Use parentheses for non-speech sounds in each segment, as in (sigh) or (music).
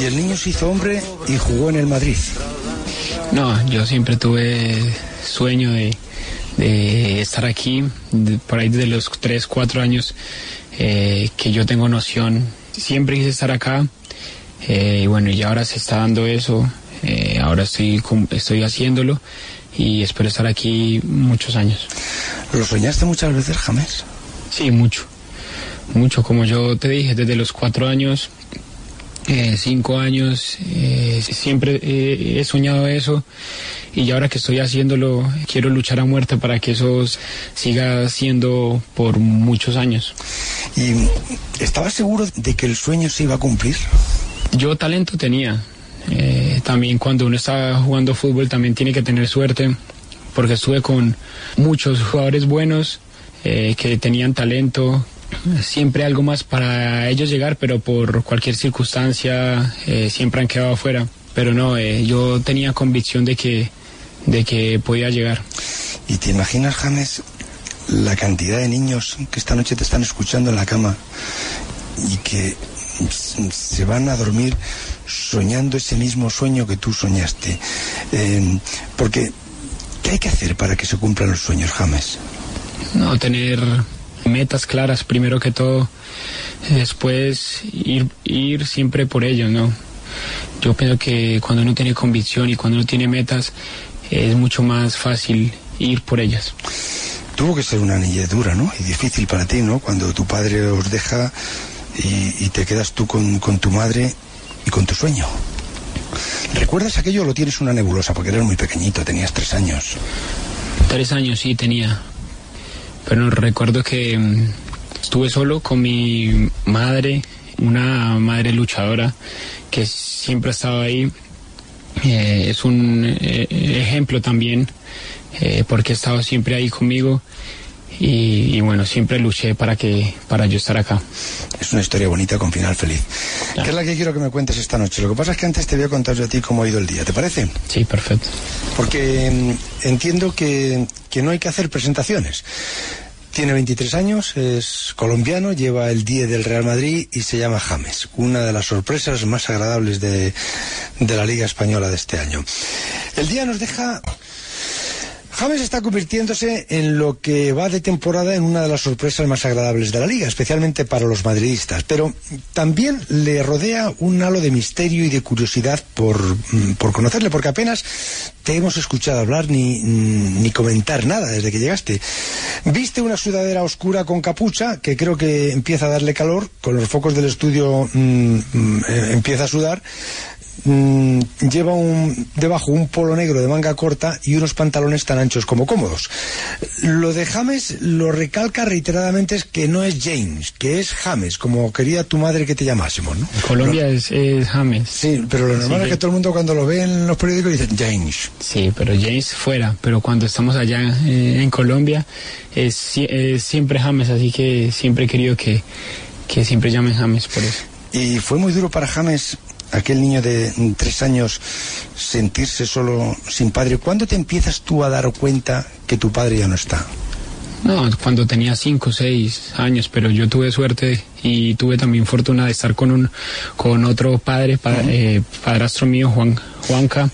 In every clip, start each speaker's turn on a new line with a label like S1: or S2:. S1: Y el niño se hizo hombre y jugó en el Madrid.
S2: No, yo siempre tuve sueño de, de estar aquí, de- por ahí desde los 3, 4 años eh, que yo tengo noción. Siempre quise estar acá eh, y bueno, y ahora se está dando eso, eh, ahora estoy, cum- estoy haciéndolo y espero estar aquí muchos años.
S1: ¿Lo soñaste muchas veces, James?
S2: Sí, mucho. Mucho, como yo te dije, desde los cuatro años, eh, cinco años, eh, siempre eh, he soñado eso y ahora que estoy haciéndolo, quiero luchar a muerte para que eso s- siga siendo por muchos años.
S1: ¿Y estabas seguro de que el sueño se iba a cumplir?
S2: Yo talento tenía. Eh, también cuando uno está jugando fútbol también tiene que tener suerte, porque estuve con muchos jugadores buenos eh, que tenían talento. Siempre algo más para ellos llegar, pero por cualquier circunstancia eh, siempre han quedado afuera. Pero no, eh, yo tenía convicción de que, de que podía llegar.
S1: ¿Y te imaginas, James, la cantidad de niños que esta noche te están escuchando en la cama y que s- se van a dormir soñando ese mismo sueño que tú soñaste? Eh, porque, ¿qué hay que hacer para que se cumplan los sueños, James?
S2: No, tener metas claras primero que todo, después ir, ir siempre por ello, ¿no? Yo pienso que cuando uno tiene convicción y cuando uno tiene metas, es mucho más fácil ir por ellas.
S1: Tuvo que ser una niñez dura, ¿no? Y difícil para ti, ¿no? Cuando tu padre os deja y, y te quedas tú con, con tu madre y con tu sueño. ¿Recuerdas aquello o lo tienes una nebulosa? Porque eras muy pequeñito, tenías tres años.
S2: Tres años sí tenía, pero recuerdo que mm, estuve solo con mi madre, una madre luchadora que siempre ha estado ahí. Eh, es un eh, ejemplo también eh, porque ha estado siempre ahí conmigo y, y bueno, siempre luché para que para yo estar acá.
S1: Es una historia bonita con final feliz.
S2: Ya.
S1: Que es la que quiero que me cuentes esta noche. Lo que pasa es que antes te voy a contar yo a ti cómo ha ido el día, ¿te parece?
S2: Sí, perfecto.
S1: Porque mm, entiendo que, que no hay que hacer presentaciones. Tiene 23 años, es colombiano, lleva el 10 del Real Madrid y se llama James. Una de las sorpresas más agradables de, de la Liga Española de este año. El día nos deja... James está convirtiéndose en lo que va de temporada en una de las sorpresas más agradables de la liga, especialmente para los madridistas. Pero también le rodea un halo de misterio y de curiosidad por, mm, por conocerle, porque apenas te hemos escuchado hablar ni, mm, ni comentar nada desde que llegaste. Viste una sudadera oscura con capucha, que creo que empieza a darle calor, con los focos del estudio mm, mm, eh, empieza a sudar. Mm, lleva un, debajo un polo negro de manga corta y unos pantalones tan anchos como cómodos. Lo de James lo recalca reiteradamente es que no es James, que es James, como quería tu madre que te llamásemos, ¿no?
S2: Colombia es, es James.
S1: Sí, pero lo normal
S2: Sí,
S1: es
S2: sí.
S1: que todo el mundo cuando lo ve en los periódicos dice James.
S2: Sí, pero James fuera, pero cuando estamos allá eh, en Colombia es, si- es siempre James, así que siempre he querido que, que siempre llamen James por eso.
S1: Y fue muy duro para James, aquel niño de mm, tres años, sentirse solo sin padre. ¿Cuándo te empiezas tú a dar cuenta que tu padre ya no está?
S2: No, cuando tenía cinco o seis años, pero yo tuve suerte y tuve también fortuna de estar con un con otro padre, pa- eh, padrastro mío, Juan, Juanca,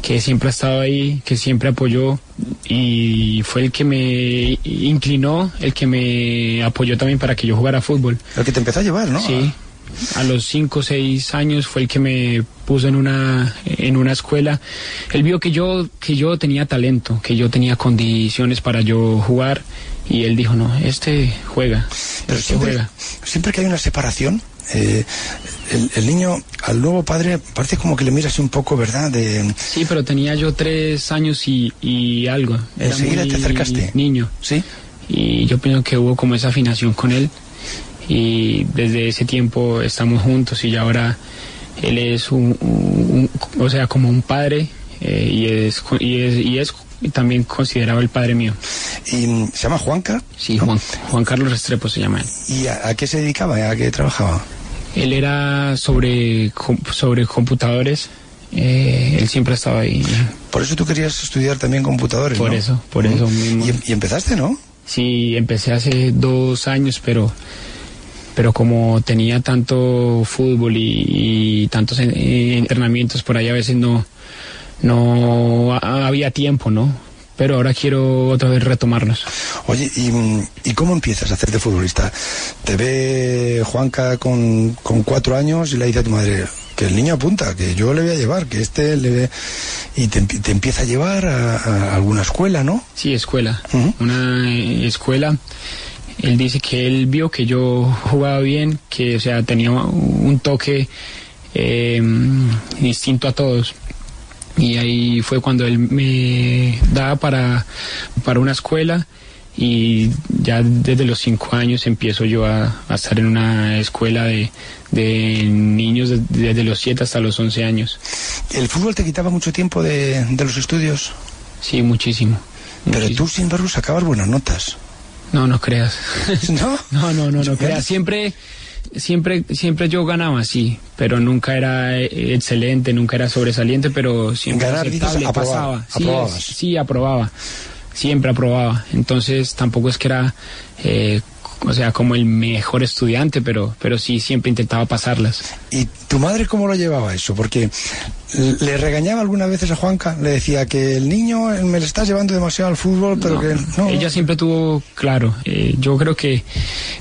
S2: que siempre ha estado ahí, que siempre apoyó y fue el que me inclinó, el que me apoyó también para que yo jugara fútbol.
S1: El que te empezó a llevar, ¿no?
S2: Sí. A los 5 o 6 años fue el que me puso en una en una escuela. Él vio que yo que yo tenía talento, que yo tenía condiciones para yo jugar y él dijo, "No, este juega."
S1: Pero
S2: este
S1: siempre,
S2: juega.
S1: siempre que hay una separación, eh, el, el niño al nuevo padre parece como que le miras un poco, ¿verdad? De,
S2: Sí, pero tenía yo 3 años y, y algo. Era
S1: Enseguida
S2: muy
S1: te acercaste.
S2: Niño.
S1: ¿Sí?
S2: Y yo pienso que hubo como esa afinación con él y desde ese tiempo estamos juntos y ya ahora él es un, un, un o sea, como un padre eh, y, es, y, es, y es también considerado el padre mío.
S1: ¿Y se llama Juanca?
S2: Sí, Juan, Juan Carlos Restrepo se llama él.
S1: ¿Y a, a qué se dedicaba? ¿A qué trabajaba?
S2: Él era sobre, sobre computadores. Eh, él siempre ha estado ahí.
S1: Por eso tú querías estudiar también computadores.
S2: Por
S1: Pues ¿no? Mm.
S2: eso, por uh -huh. eso mismo.
S1: ¿Y, ¿Y, empezaste, ¿no?
S2: Sí, empecé hace dos años, pero pero como tenía tanto fútbol y, y tantos en, entrenamientos por ahí a veces no no a, había tiempo, ¿no? Pero ahora quiero otra vez retomarlos.
S1: Oye, ¿y, ¿y cómo empiezas a hacerte futbolista? Te ve Juanca con, con cuatro años y le dice a tu madre, que el niño apunta, que yo le voy a llevar, que este le y te, te empieza a llevar a, a, alguna escuela, ¿no?
S2: Sí, escuela, uh -huh. una eh, escuela. Él dice que él vio que yo jugaba bien, que o sea tenía un toque eh, distinto a todos. Y ahí fue cuando él me daba para, para una escuela y ya desde los cinco años empiezo yo a, a estar en una escuela de, de niños de, desde los siete hasta los once años.
S1: ¿El fútbol te quitaba mucho tiempo de, de los estudios?
S2: Sí, muchísimo.
S1: Pero muchísimo. tú, sin embargo, sacabas buenas
S2: (laughs)
S1: notas.
S2: No, no creas.
S1: ¿No?
S2: no, no, no, no creas. Siempre, siempre, siempre yo ganaba, sí, pero nunca era eh, excelente, nunca era sobresaliente, pero siempre
S1: Ganar, aceptable, dices,
S2: pasaba.
S1: Aprobabas.
S2: Sí, sí, aprobaba siempre aprobaba. Entonces tampoco es que era, eh, o sea, como el mejor estudiante, pero, pero sí siempre intentaba pasarlas.
S1: ¿Y tu madre cómo lo llevaba eso? Porque le regañaba algunas veces a Juanca, le decía que el niño me le está llevando demasiado al fútbol, pero no, que no.
S2: Ella siempre tuvo claro. Eh, yo creo que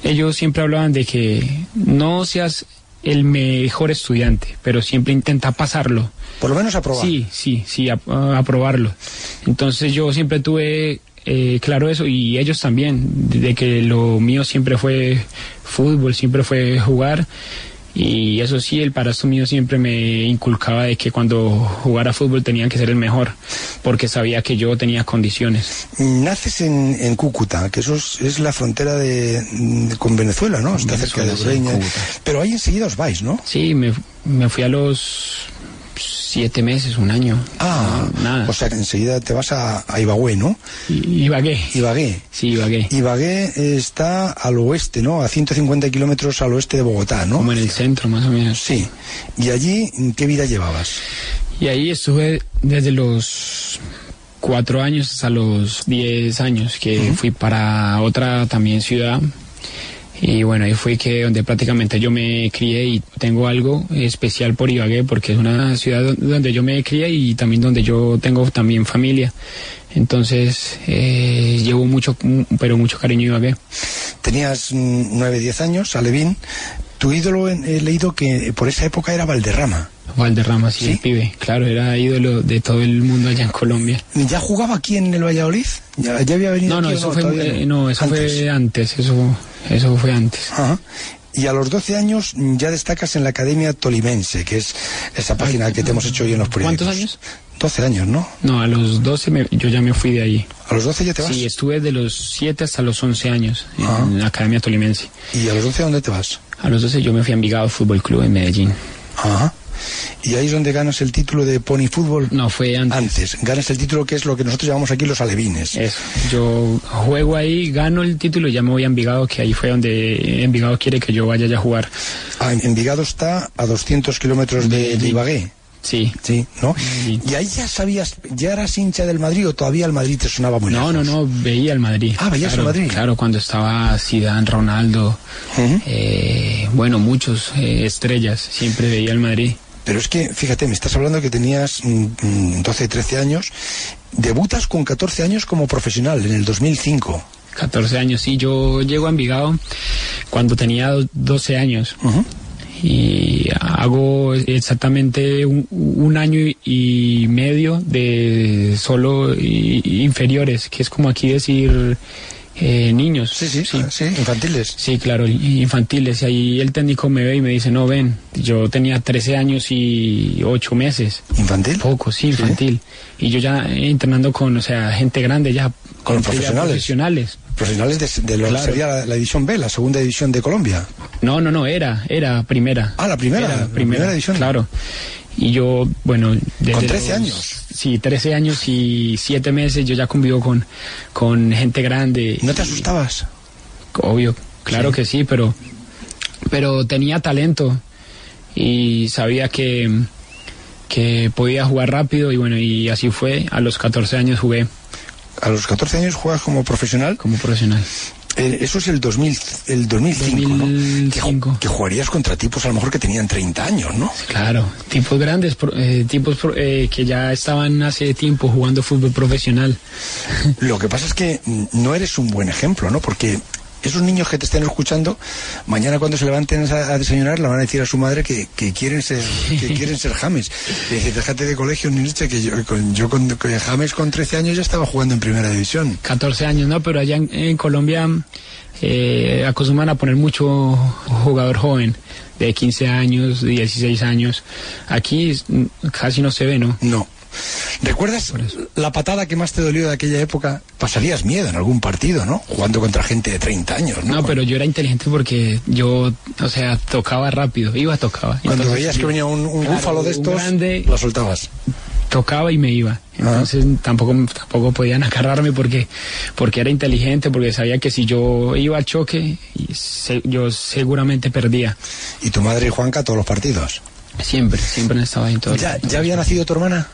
S2: ellos siempre hablaban de que no seas el mejor estudiante, pero siempre intenta pasarlo.
S1: Por lo menos aprobar.
S2: Sí, sí, sí, ah, aprobarlo. Entonces yo siempre tuve eh, claro eso y ellos también, de que lo mío siempre fue fútbol, siempre fue jugar. Y eso sí, el parazo mío siempre me inculcaba de que cuando jugara fútbol tenía que ser el mejor, porque sabía que yo tenía condiciones.
S1: Naces en, en Cúcuta, que eso es, es la frontera de, de, con Venezuela, ¿no? Con Está Venezuela, cerca de Ureña. Sí, Pero ahí enseguida os vais, ¿no?
S2: Sí, me, me fui a los siete meses, un año.
S1: Ah, no, nada. O sea que enseguida te vas a, a Ibagüé, ¿no?
S2: I, Ibagué.
S1: Ibagué.
S2: Sí, Ibagué.
S1: Ibagué está al oeste, ¿no? A 150 kilómetros al oeste de Bogotá, ¿no?
S2: Como en el centro, más o menos.
S1: Sí. ¿Y allí qué vida llevabas?
S2: Y ahí estuve desde los cuatro años hasta los diez años, que uh -huh. fui para otra también ciudad. Y bueno, ahí fue que donde prácticamente yo me crié y tengo algo especial por Ibagué porque es una ciudad donde yo me crié y también donde yo tengo también familia. Entonces, eh, llevo mucho, pero mucho cariño a Ibagué.
S1: Tenías 9, 10 años, Alevín. Tu ídolo, eh, he leído que por esa época era Valderrama.
S2: Valderrama, sí, ¿Sí? el pibe. Claro, era ídolo de todo el mundo allá en Colombia.
S1: ¿Ya jugaba aquí en el Valladolid? ¿Ya, ya había venido
S2: No, no,
S1: aquí,
S2: eso, no, fue, eh, no, eso antes. fue antes. Eso, eso fue antes.
S1: Ajá. Y a los 12 años mm, ya destacas en la Academia Tolimense, que es esa página Ay, que te hemos hecho hoy en los
S2: periódicos. ¿Cuántos años?
S1: 12 años, ¿no?
S2: No, a los 12 me, yo ya me fui de allí.
S1: ¿A los 12 ya te vas? Ah.
S2: Sí, estuve de los 7 hasta los 11 años Ajá. en la Academia Tolimense.
S1: ¿Y a los 12 dónde te vas?
S2: A los 12 yo me fui a Envigado Fútbol Club en Medellín.
S1: Ajá. ¿Y ahí es donde ganas el título de Pony Fútbol?
S2: No, fue antes.
S1: Antes. Ganas el título que es lo que nosotros llamamos aquí los alevines.
S2: Eso. Yo juego ahí, gano el título y ya me voy a Envigado, que ahí fue donde Envigado quiere que yo vaya ya a jugar.
S1: Ah, Envigado está a 200 kilómetros de, de, Ibagué.
S2: Sí.
S1: Sí, ¿no? Sí. ¿Y ahí ya sabías, ya eras hincha del Madrid o todavía el Madrid te sonaba muy
S2: No,
S1: lejos?
S2: no, no, veía el Madrid.
S1: Ah, veías
S2: claro,
S1: el Madrid.
S2: Claro, cuando estaba Zidane, Ronaldo, uh -huh. eh, bueno, muchos eh, estrellas, siempre veía el Madrid.
S1: Pero es que, fíjate, me estás hablando que tenías mm, 12, 13 años. Debutas con 14 años como profesional en el 2005.
S2: 14 años, sí. Yo llego a Envigado cuando tenía 12 años. Uh -huh. Y hago exactamente un, un, año y medio de solo inferiores, que es como aquí decir eh, niños.
S1: Sí, sí, sí, Ah, sí, infantiles.
S2: Sí, claro, infantiles. Y ahí el técnico me ve y me dice, no, ven, yo tenía 13 años y 8 meses.
S1: ¿Infantil?
S2: Poco, sí, infantil. Sí. Y yo ya entrenando eh, con, o sea, gente grande ya.
S1: Con los profesionales.
S2: profesionales.
S1: profesionales de, de lo que
S2: Claro.
S1: sería la, la división B, la segunda división de Colombia.
S2: No, no, no, era, era primera.
S1: Ah, la primera,
S2: Era
S1: la primera división.
S2: Claro. Y yo, bueno... desde
S1: Con 13
S2: los-
S1: años.
S2: Sí, 13 años y 7 meses yo ya convivo con, con gente grande.
S1: ¿No te
S2: Y-
S1: asustabas?
S2: Obvio, claro que sí, pero, pero tenía talento y sabía que, que podía jugar rápido y bueno, y así fue. A los 14 años jugué
S1: A los 14 años juegas como profesional.
S2: como profesional.
S1: Eh, Eso es el, 2000, el 2005, ¿no? Que ju-
S2: 2005.
S1: Que, jugarías contra tipos a lo mejor que tenían 30 años, ¿no?
S2: Claro, tipos grandes, pro- eh, tipos pro- eh, que ya estaban hace tiempo jugando fútbol profesional.
S1: Lo que pasa es que mm, no eres un buen ejemplo, ¿no? Porque esos niños que te estén escuchando, mañana cuando se levanten a, a desayunar, le van a decir a su madre que, que quieren ser que quieren ser James. Y dice, déjate de colegio, Nietzsche, que yo con, yo con que James con 13 años ya estaba jugando en primera división.
S2: 14 años, ¿no? Pero allá en, en Colombia eh, acostumbran a poner mucho jugador joven, de 15 años, 16 años. Aquí es- casi no se ve, ¿no?
S1: No. ¿Recuerdas la patada que más te dolió de aquella época? Pasarías miedo en algún partido, ¿no? Jugando contra gente de 30 años, ¿no?
S2: No, pero yo era inteligente porque yo, o sea, tocaba rápido, iba, tocaba.
S1: Cuando
S2: Entonces,
S1: veías que venía un, un
S2: claro,
S1: búfalo de
S2: un
S1: estos,
S2: grande,
S1: lo soltabas.
S2: tocaba y me iba.
S1: Ah.
S2: Entonces tampoco, tampoco podían agarrarme porque, porque era inteligente, porque sabía que si yo iba al choque, y se- yo seguramente perdía.
S1: Y tu madre y Juanca todos los partidos.
S2: Siempre, siempre estaba en todo.
S1: ¿Ya, ya había nacido tu hermana?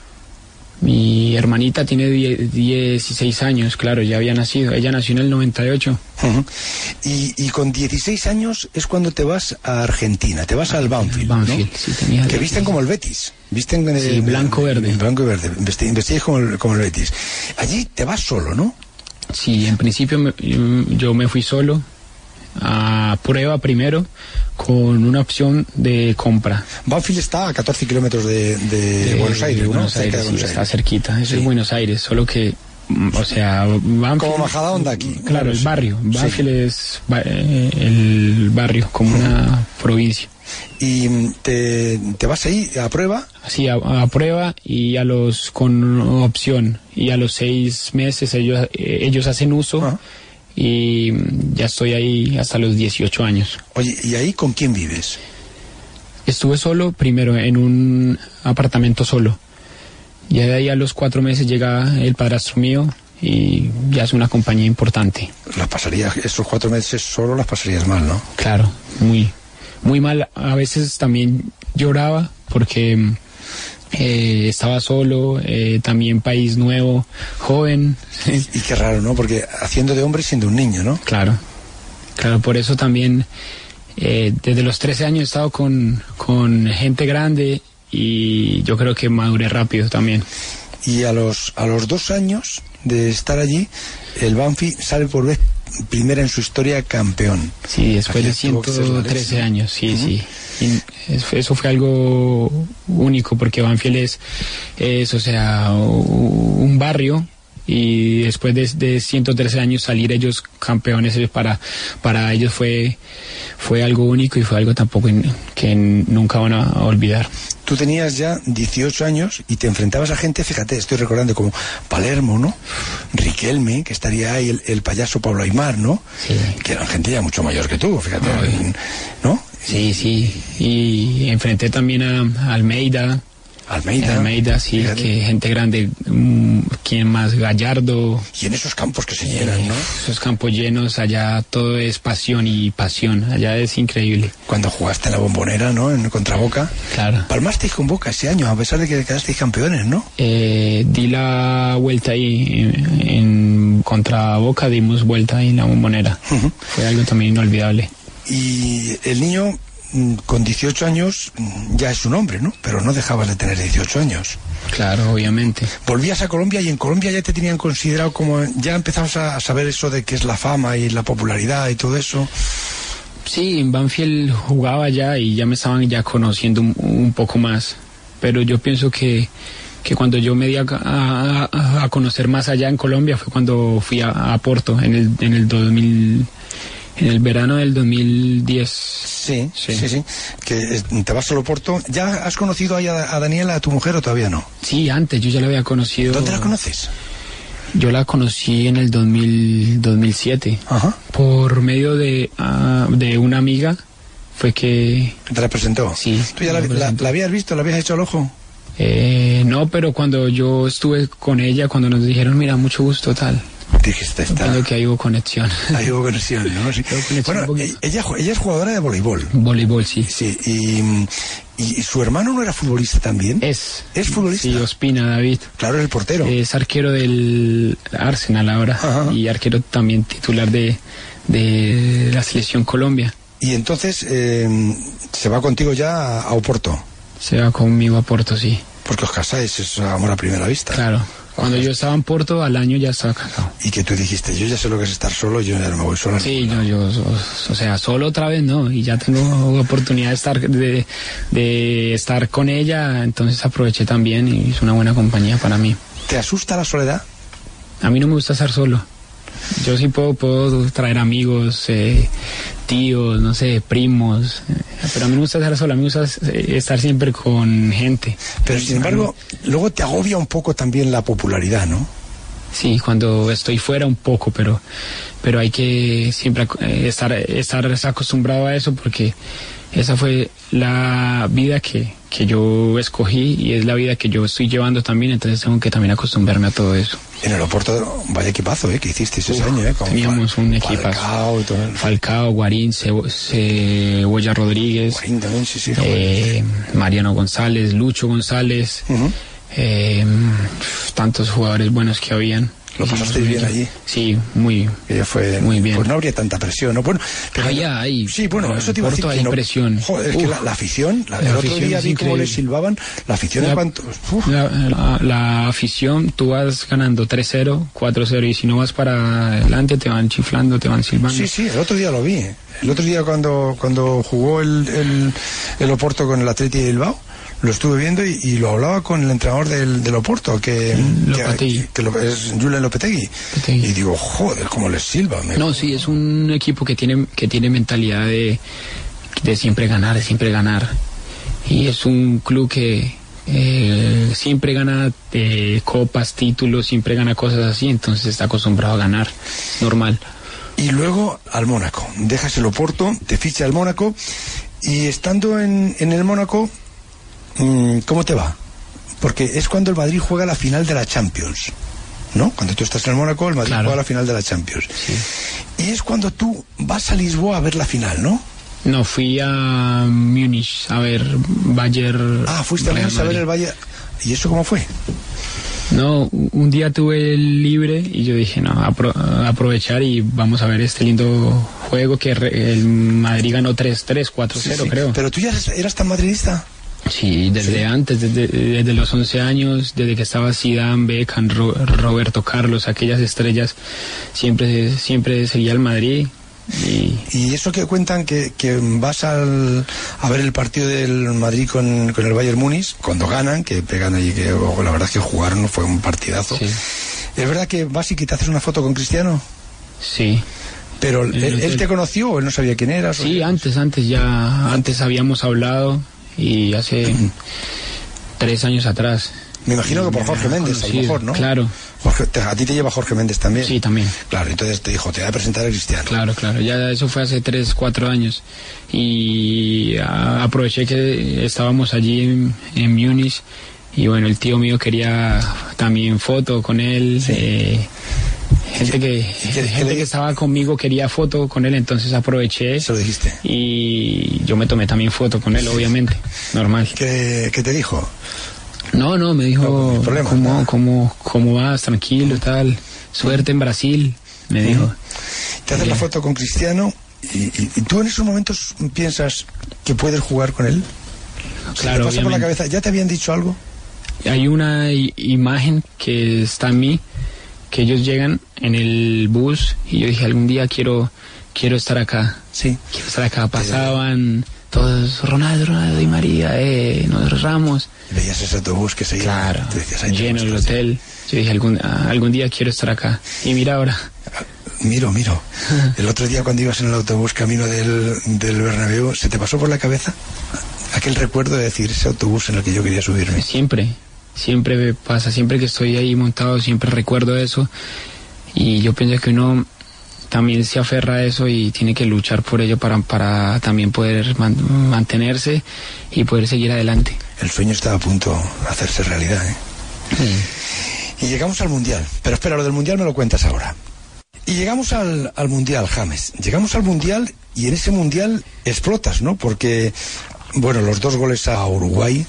S2: Mi hermanita tiene die- 16 años, claro, ya había nacido. Ella nació en el 98.
S1: Ujú. Y, y con 16 años es cuando te vas a Argentina, te vas al Banfield, ¿no?
S2: Banfield, sí, tenía
S1: que visten como el Betis, visten eh,
S2: Sí, blanco-verde.
S1: blanco-verde, vesti- vestidos como el, como el Betis. Allí te vas solo, ¿no?
S2: Sí, en principio me- yo me fui solo a prueba primero con una opción de compra.
S1: Banfield está a 14 kilómetros de, de
S2: Eh,
S1: Buenos Aires, ¿no?
S2: Buenos Aires,
S1: Cerca de Buenos
S2: sí,
S1: Aires.
S2: está cerquita. Eso
S1: Sí.
S2: es Buenos Aires, solo que, mm, o sea, Banfield...
S1: Como Majadahonda aquí.
S2: Claro, el
S1: Sí.
S2: barrio.
S1: Sí.
S2: Banfield es ba- eh, el barrio, como una provincia.
S1: Y mm, te, te vas ahí a prueba
S2: Así a, a prueba y a los con opción y a los seis meses ellos eh, ellos hacen uso
S1: Ajá.
S2: y mm, ya estoy ahí hasta los 18 años.
S1: Oye, ¿y ahí con quién vives?
S2: Estuve solo primero en un apartamento solo. Ya de ahí a los cuatro meses llega el padrastro mío y ya es una compañía importante.
S1: Las pasarías, esos cuatro meses solo las pasarías mal, ¿no?
S2: Claro, muy, muy mal. A veces también lloraba porque mm, eh, estaba solo, eh, también país nuevo, joven.
S1: Y qué raro, ¿no? Porque haciendo de hombre y siendo un niño, ¿no?
S2: claro, claro, por eso también eh, desde los 13 años he estado con, con gente grande y yo creo que maduré rápido también.
S1: Y a los, a los dos años de estar allí, el Banfi sale por vez primera en su historia campeón.
S2: Sí, después de
S1: Aquí tuvo que ser la leche,
S2: 113
S1: ¿no?
S2: años, sí, sí. Y es- eso fue algo único porque Banfield es, es, o sea, u- un barrio y después de, de 113 años salir ellos campeones ellos para, para ellos fue, fue algo único y fue algo tampoco in- que nunca van a olvidar.
S1: Tú tenías ya 18 años y te enfrentabas a gente, fíjate, estoy recordando como Palermo, ¿no? Riquelme, que estaría ahí el, el payaso Pablo Aymar, ¿no?
S2: Sí. Ah,
S1: Que eran gente ya mucho mayor que tú, fíjate, ¿no?
S2: Sí, sí. Y enfrenté también a Almeida,
S1: Almeida.
S2: Almeida, sí,
S1: fíjate.
S2: que gente grande, mm, quién más, Gallardo,
S1: Y en esos campos que se llenan, ¿no?
S2: Esos campos llenos, allá todo es pasión y pasión, allá es increíble.
S1: Cuando jugaste en la bombonera, ¿no? En contra Boca.
S2: Claro.
S1: Palmasteis con Boca ese año, a pesar de que quedasteis campeones, ¿no?
S2: Eh, di la vuelta ahí, en, en- contra Boca dimos vuelta ahí en la bombonera. Fue algo también inolvidable.
S1: Y el niño mm, con 18 años mm, ya es un hombre, ¿no? Pero no dejabas de tener 18 años.
S2: Claro, obviamente.
S1: Volvías a Colombia y en Colombia ya te tenían considerado como... Ya empezabas a a saber eso de qué es la fama y la popularidad y todo eso.
S2: Sí, en Banfield jugaba ya y ya me estaban ya conociendo un, un poco más. Pero yo pienso que, que cuando yo me di a, a- a conocer más allá en Colombia fue cuando fui a, a Porto en el, en el 2000, en el verano del
S1: Sí,
S2: 2010.
S1: sí,
S2: Sí.
S1: sí. Que eh, te vas a Loporto. ¿Ya has conocido ahí a, a Daniela, a tu mujer, o todavía no?
S2: Sí, antes yo ya la había conocido.
S1: ¿Dónde la conoces?
S2: Yo la conocí en el 2000, 2007.
S1: Ajá.
S2: Por medio de, ah, de una amiga fue que...
S1: ¿Te la presentó?
S2: Sí.
S1: ¿Tú ya la,
S2: me
S1: la-
S2: presentó.
S1: la habías visto? ¿La habías hecho al ojo?
S2: Eh, no, pero cuando yo estuve con ella, cuando nos dijeron, mira, mucho gusto, tal.
S1: Dijiste, está. (laughs)
S2: Entiendo que ahí hubo conexión. (laughs)
S1: Ahí hubo conexión, ¿no? Sí.
S2: conexión un
S1: Bueno, e-,
S2: poquito.
S1: ella, ella es jugadora de voleibol.
S2: Voleibol, sí.
S1: Sí, y, y su hermano no era futbolista también.
S2: Es.
S1: ¿Es futbolista?
S2: Eh, Sí, Ospina, David.
S1: Claro, es el portero.
S2: Es arquero del Arsenal ahora
S1: Ajá.
S2: y arquero también titular de, de la selección Colombia.
S1: Y entonces eh, se va contigo ya a, a Oporto,
S2: Se va conmigo a Porto, sí.
S1: porque os casáis, es amor a primera vista.
S2: Claro. Cuando yo estaba en Porto, al año ya estaba casado.
S1: Y que tú dijiste, yo ya sé lo que es estar solo, yo ya no me voy solo.
S2: Sí, no, yo, o sea, solo otra vez no, y ya tengo oportunidad de estar, de, de estar con ella, entonces aproveché también y es una buena compañía para mí.
S1: ¿Te asusta la soledad?
S2: A mí no me gusta estar solo. Yo sí puedo, puedo traer amigos, eh, tíos, no sé, primos, eh, pero a mí no me gusta estar solo, a mí me gusta eh, estar siempre con gente.
S1: Pero sin embargo, luego te agobia un poco también la popularidad, ¿no?
S2: Sí, cuando estoy fuera un poco, pero, pero hay que siempre ac- eh, estar, estar acostumbrado a eso porque esa fue la vida que, que yo escogí y es la vida que yo estoy llevando también, entonces tengo que también acostumbrarme a todo eso.
S1: En el Oporto, vaya equipazo, ¿eh? Que hicisteis ese año, ¿eh? Con
S2: Teníamos
S1: Fal-
S2: un equipazo.
S1: Falcao y todo.
S2: Falcao, Guarín, Cebo- Cebolla Rodríguez,
S1: Guarín también, sí, sí.
S2: eh, Mariano González, Lucho González,
S1: Ujú.
S2: eh, pf, tantos jugadores buenos que habían.
S1: ¿Lo
S2: Hicimos
S1: pasasteis
S2: un
S1: bien
S2: equipo.
S1: allí?
S2: Sí, muy,
S1: Ella fue
S2: Muy bien. Ah,
S1: Pues no habría tanta presión, ¿no? Bueno,
S2: Había, hay.
S1: Sí, bueno,
S2: En
S1: eso te iba a decir.
S2: Porto
S1: que
S2: hay
S1: no-
S2: presión.
S1: Joder, es que
S2: Uf.
S1: la, la afición, la-
S2: La
S1: el otro
S2: afición
S1: día
S2: es
S1: vi cómo
S2: increíble.
S1: le silbaban, la afición en
S2: La-
S1: cuanto. uf,
S2: La, la- la afición, tú vas ganando 3-0, 4-0 y si no vas para adelante te van chiflando, te van silbando.
S1: Sí, sí, el otro día lo vi. ¿eh? El otro día cuando, cuando jugó el, el, el Oporto con el Atleti de Bilbao, lo estuve viendo y, y lo hablaba con el entrenador del, del Oporto, que,
S2: Mm, Lopetegui.
S1: que, que lo- es Julen Lopetegui.
S2: Lopetegui.
S1: Y digo, joder, cómo les silba. me-
S2: No, sí, es un equipo que tiene, que tiene mentalidad de, de siempre ganar, de siempre ganar. Y es un club que eh, siempre gana eh, copas, títulos, siempre gana cosas así, entonces está acostumbrado a ganar, normal.
S1: Y luego al Mónaco. Dejas el Oporto, te ficha el Mónaco y estando en, en el Mónaco, mm, ¿cómo te va? Porque es cuando el Madrid juega la final de la Champions. ¿No? Cuando tú estás en el Mónaco, el Madrid
S2: Claro.
S1: juega la final de la Champions. Y es cuando tú vas a Lisboa a ver la final, ¿no?
S2: No, fui a Múnich a ver Bayern.
S1: Ah, fuiste a
S2: Real
S1: Múnich a ver
S2: Madrid.
S1: el Valle. ¿Y eso cómo fue?
S2: No, un día tuve el libre y yo dije, no, apro- aprovechar y vamos a ver este lindo juego que re- el Madrid ganó 3-3, 4-0
S1: Sí,
S2: creo.
S1: Pero tú ya eras, eras tan madridista.
S2: Sí, desde antes, desde, desde los 11 años, desde que estaba Zidane, Beckham, Ro- Roberto Carlos, aquellas estrellas, siempre, siempre seguía el Madrid y
S1: Y eso que cuentan que, que vas al, a ver el partido del Madrid con, con el Bayern Múnich, cuando ganan, que pegan allí, que ojo, la verdad es que jugaron, fue un partidazo.
S2: sí,
S1: Es verdad que vas y que te haces una foto con Cristiano,
S2: sí.
S1: pero
S2: En
S1: él,
S2: el
S1: él
S2: hotel.
S1: te conoció o él no sabía quién eras. o-
S2: Sí, antes, antes ya, antes habíamos hablado y hace tres años atrás.
S1: Me imagino que por
S2: Me
S1: Jorge
S2: habían
S1: Méndez, a lo
S2: conocido,
S1: mejor, ¿no?
S2: Claro,
S1: Jorge- te- a ti te lleva Jorge Méndez también.
S2: sí, también.
S1: Claro, entonces te dijo, te voy a presentar a Cristiano.
S2: Claro, claro, ya eso fue hace 3, 4 años y a- aproveché que estábamos allí en, en Múnich y bueno, el tío mío quería también foto con él. eh, gente que,
S1: qué- qué le-
S2: gente que estaba conmigo quería foto con él, entonces aproveché
S1: Se lo dijiste.
S2: y yo me tomé también foto con él, obviamente, normal.
S1: ¿Qué, qué te dijo?
S2: No, no, me dijo,
S1: No, no hay problema, nada.
S2: ¿cómo, cómo, ¿cómo vas? Tranquilo, tal. Suerte en Brasil, me dijo.
S1: Te haces la foto con Cristiano y, y- y tú en esos momentos piensas que puedes jugar con él. ¿Se te
S2: Claro,
S1: pasa por la
S2: obviamente.
S1: cabeza? ¿Ya te habían dicho algo?
S2: Hay una i- imagen que está en mí, que ellos llegan en el bus y yo dije, algún día quiero, quiero estar acá.
S1: Sí.
S2: Quiero estar acá. Pasaban todos, Ronaldo, Ronaldo y María, eh, nos Ramos.
S1: Y veías ese autobús que se iba.
S2: Claro,
S1: Te decías, "Ay, pues,
S2: lleno el
S1: ostras,
S2: hotel. Yo dije, algún, ah, algún día quiero estar acá. Y mira ahora,
S1: Miro,
S2: (laughs)
S1: miro. El otro día cuando ibas en el autobús camino del, del Bernabéu, ¿se te pasó por la cabeza aquel recuerdo de decir ese autobús en el que yo quería subirme?
S2: Pues siempre, Siempre me pasa, siempre que estoy ahí montado, siempre recuerdo eso. Y yo pienso que uno también se aferra a eso y tiene que luchar por ello para, para también poder man, mantenerse y poder seguir adelante.
S1: El sueño está a punto de hacerse realidad. ¿eh? Sí. Y llegamos al Mundial. Pero espera, lo del Mundial me lo cuentas ahora. Y llegamos al, al Mundial, James. Llegamos al Mundial y en ese Mundial explotas, ¿no? Porque, bueno, los dos goles a Uruguay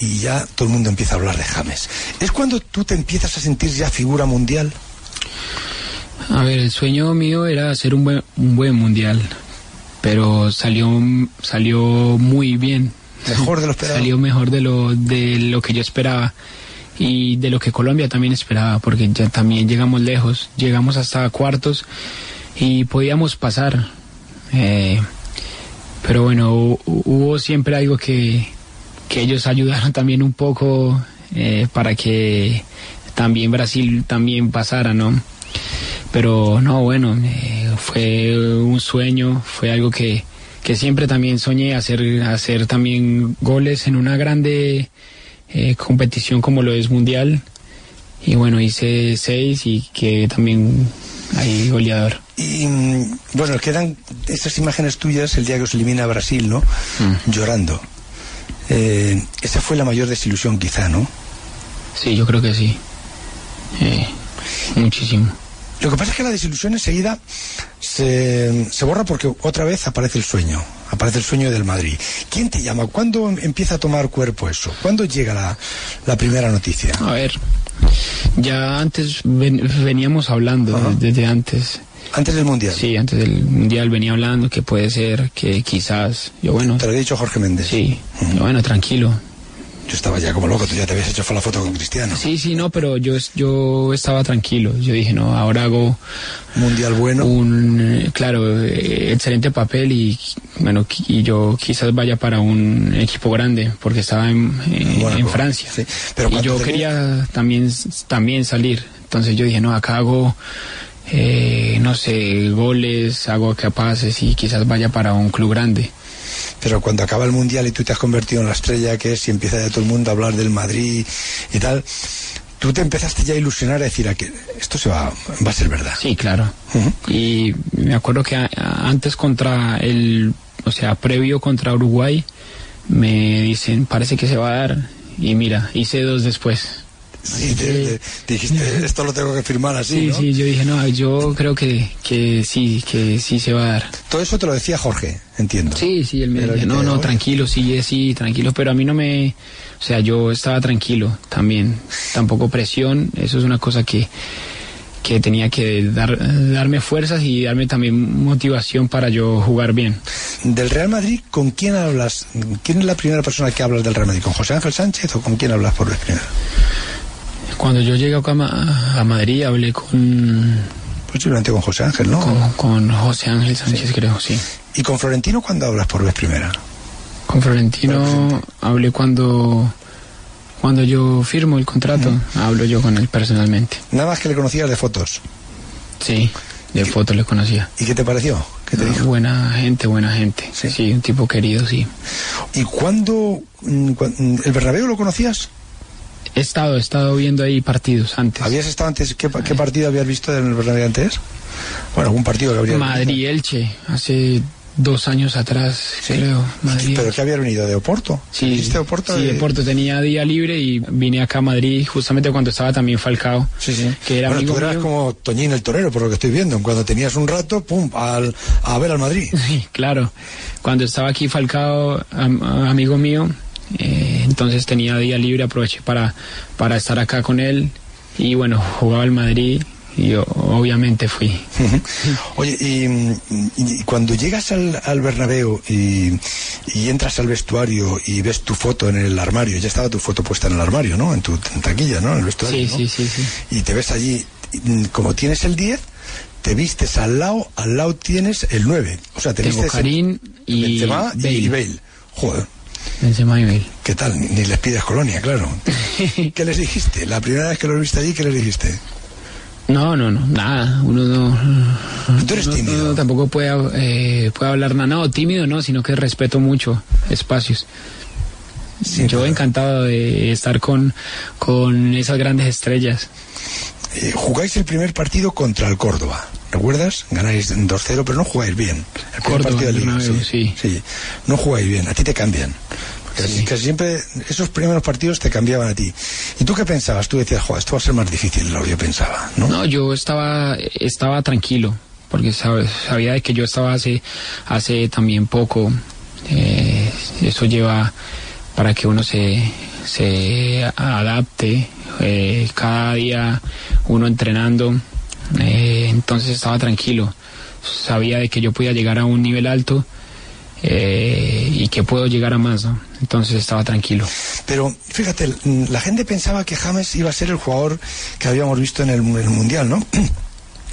S1: y ya todo el mundo empieza a hablar de James. ¿Es cuando tú te empiezas a sentir ya figura mundial?
S2: A ver, el sueño mío era hacer un buen, un buen mundial, pero salió, salió muy bien.
S1: Mejor de lo esperado.
S2: Salió mejor de lo, de lo que yo esperaba y de lo que Colombia también esperaba, porque ya también llegamos lejos, llegamos hasta cuartos y podíamos pasar. Eh, pero bueno, hubo siempre algo que, que ellos ayudaron (laughs) también un poco eh, para que también Brasil también pasara, ¿no? pero no, bueno, eh, fue un sueño, fue algo que, que, siempre también soñé hacer, hacer también goles en una grande eh, competición como lo es Mundial. Y bueno, hice seis y que también hay goleador.
S1: Y mm, bueno, quedan estas imágenes tuyas el día que os elimina Brasil, ¿no? Mm. Llorando. Eh, esa fue la mayor desilusión quizá, ¿no?
S2: Sí, yo creo que sí. Eh, muchísimo.
S1: Lo que pasa es que la desilusión enseguida se, se, borra porque otra vez aparece el sueño, aparece el sueño del Madrid. ¿Quién te llama? ¿Cuándo empieza a tomar cuerpo eso? ¿Cuándo llega la, la primera noticia?
S2: A ver, ya antes ven, veníamos hablando, uh -huh. desde antes.
S1: Antes del Mundial.
S2: Sí, antes del Mundial venía hablando que puede ser, que quizás. Yo bueno.
S1: Te lo he dicho Jorge Méndez.
S2: Sí. Uh -huh. yo, bueno, tranquilo.
S1: Yo estaba ya como loco, tú ya te habías hecho la foto con Cristiano.
S2: Sí, sí, no, pero yo, yo estaba tranquilo. Yo dije, no, ahora hago.
S1: Mundial bueno.
S2: Un, eh, claro, eh, excelente papel y, bueno, y yo quizás vaya para un equipo grande, porque estaba en, en, bueno,
S1: pues,
S2: en Francia. Sí. Pero y yo tenés? quería también, también salir. Entonces yo dije, no, acá hago. Eh, no sé, goles, hago capaces y quizás vaya para un club grande
S1: pero cuando acaba el mundial y tú te has convertido en la estrella que es y empieza ya todo el mundo a hablar del Madrid y tal, tú te empezaste ya a ilusionar a decir a que esto se va, va a ser verdad.
S2: Sí, claro. Uh -huh. Y me acuerdo que antes contra el, o sea, previo contra Uruguay, me dicen, parece que se va a dar y mira, hice dos después.
S1: Sí, te, te, te dijiste, esto lo tengo que firmar así.
S2: Sí,
S1: ¿no?
S2: sí, yo dije, no, yo creo que, que sí, que sí se va a dar.
S1: Todo eso te lo decía Jorge, entiendo.
S2: Sí, sí, él me dijo, no, no, tranquilo, sí, sí, tranquilo, pero a mí no me. O sea, yo estaba tranquilo también. Tampoco presión, eso es una cosa que que tenía que dar, darme fuerzas y darme también motivación para yo jugar bien.
S1: ¿Del Real Madrid con quién hablas? ¿Quién es la primera persona que hablas del Real Madrid? ¿Con José Ángel Sánchez o con quién hablas por vez primera?
S2: Cuando yo llegué a, Madrid hablé con...
S1: Posiblemente con José Ángel, ¿no?
S2: Con, con José Ángel Sánchez, sí. creo, sí.
S1: ¿Y con Florentino cuándo hablas por vez primera?
S2: Con Florentino Florentino. hablé cuando cuando yo firmo el contrato, mm. hablo yo con él personalmente.
S1: Nada más que le conocías de fotos.
S2: Sí, de fotos le conocía.
S1: ¿Y qué te pareció? ¿Qué te
S2: no, dijo? Buena gente, buena gente. ¿Sí? sí, un tipo querido, sí.
S1: ¿Y cuándo mm, el Bernabéu lo conocías?
S2: He estado, he estado viendo ahí partidos antes.
S1: ¿Habías estado antes? ¿Qué, qué partido habías visto en el Bernabéu antes? Bueno, algún partido que habría
S2: Madrid-Elche, hace dos años atrás, sí. creo. Madrid.
S1: ¿Pero que había venido? ¿De Oporto? Eh,
S2: Sí, de Oporto? Sí, de Oporto. Tenía día libre y vine acá a Madrid justamente cuando estaba también Falcao.
S1: Sí, sí. Que era bueno, amigo tú eras mío. como Toñín el Torero, por lo que estoy viendo. Cuando tenías un rato, pum, al, a ver al Madrid. (laughs)
S2: Sí, claro. Cuando estaba aquí Falcao, am, amigo mío, eh, entonces tenía día libre, aproveché para, para estar acá con él. Y bueno, jugaba al Madrid y yo obviamente fui.
S1: Oye, y, y, cuando llegas al, al Bernabéu y, y, entras al vestuario y ves tu foto en el armario, ya estaba tu foto puesta en el armario, ¿no? En tu en taquilla, ¿no? En el vestuario.
S2: Sí, ¿no? sí, sí, sí,
S1: Y te ves allí, como tienes el 10, te vistes al lado, al lado tienes el 9. O sea, te
S2: Tengo Karim y,
S1: este Benzema Bale. y Bale. Joder.
S2: Benzema y Bale.
S1: ¿Qué tal? Ni les pides colonia, claro. ¿Qué les dijiste? La primera vez que los viste allí, ¿qué les dijiste?
S2: No, no, no, nada. Uno no.
S1: Tú eres uno, tímido.
S2: Uno tampoco puede, eh, puede hablar nada. No, tímido no, sino que respeto mucho espacios. Sí, Yo claro. encantado de estar con, con esas grandes estrellas.
S1: Eh, jugáis el primer partido contra el Córdoba. ¿Recuerdas? Ganáis 2-0, pero no jugáis bien. El
S2: Córdoba,
S1: partido
S2: de Liga, sí, sí.
S1: sí, No jugáis bien, a ti te cambian. Casi, sí. siempre esos primeros partidos te cambiaban a ti. ¿Y tú qué pensabas? Tú decías, Joder, esto va a ser más difícil de lo que yo pensaba, ¿no?
S2: No, yo estaba, estaba tranquilo, porque sabes, sabía de que yo estaba hace, hace también poco. Eh, eso lleva para que uno se, se adapte eh, cada día, uno entrenando. Eh, entonces estaba tranquilo. Sabía de que yo podía llegar a un nivel alto. Eh, y que puedo llegar a más. ¿no? Entonces estaba tranquilo.
S1: Pero fíjate, mm, la gente pensaba que James iba a ser el jugador que habíamos visto en el, en el Mundial, ¿no? (clears throat)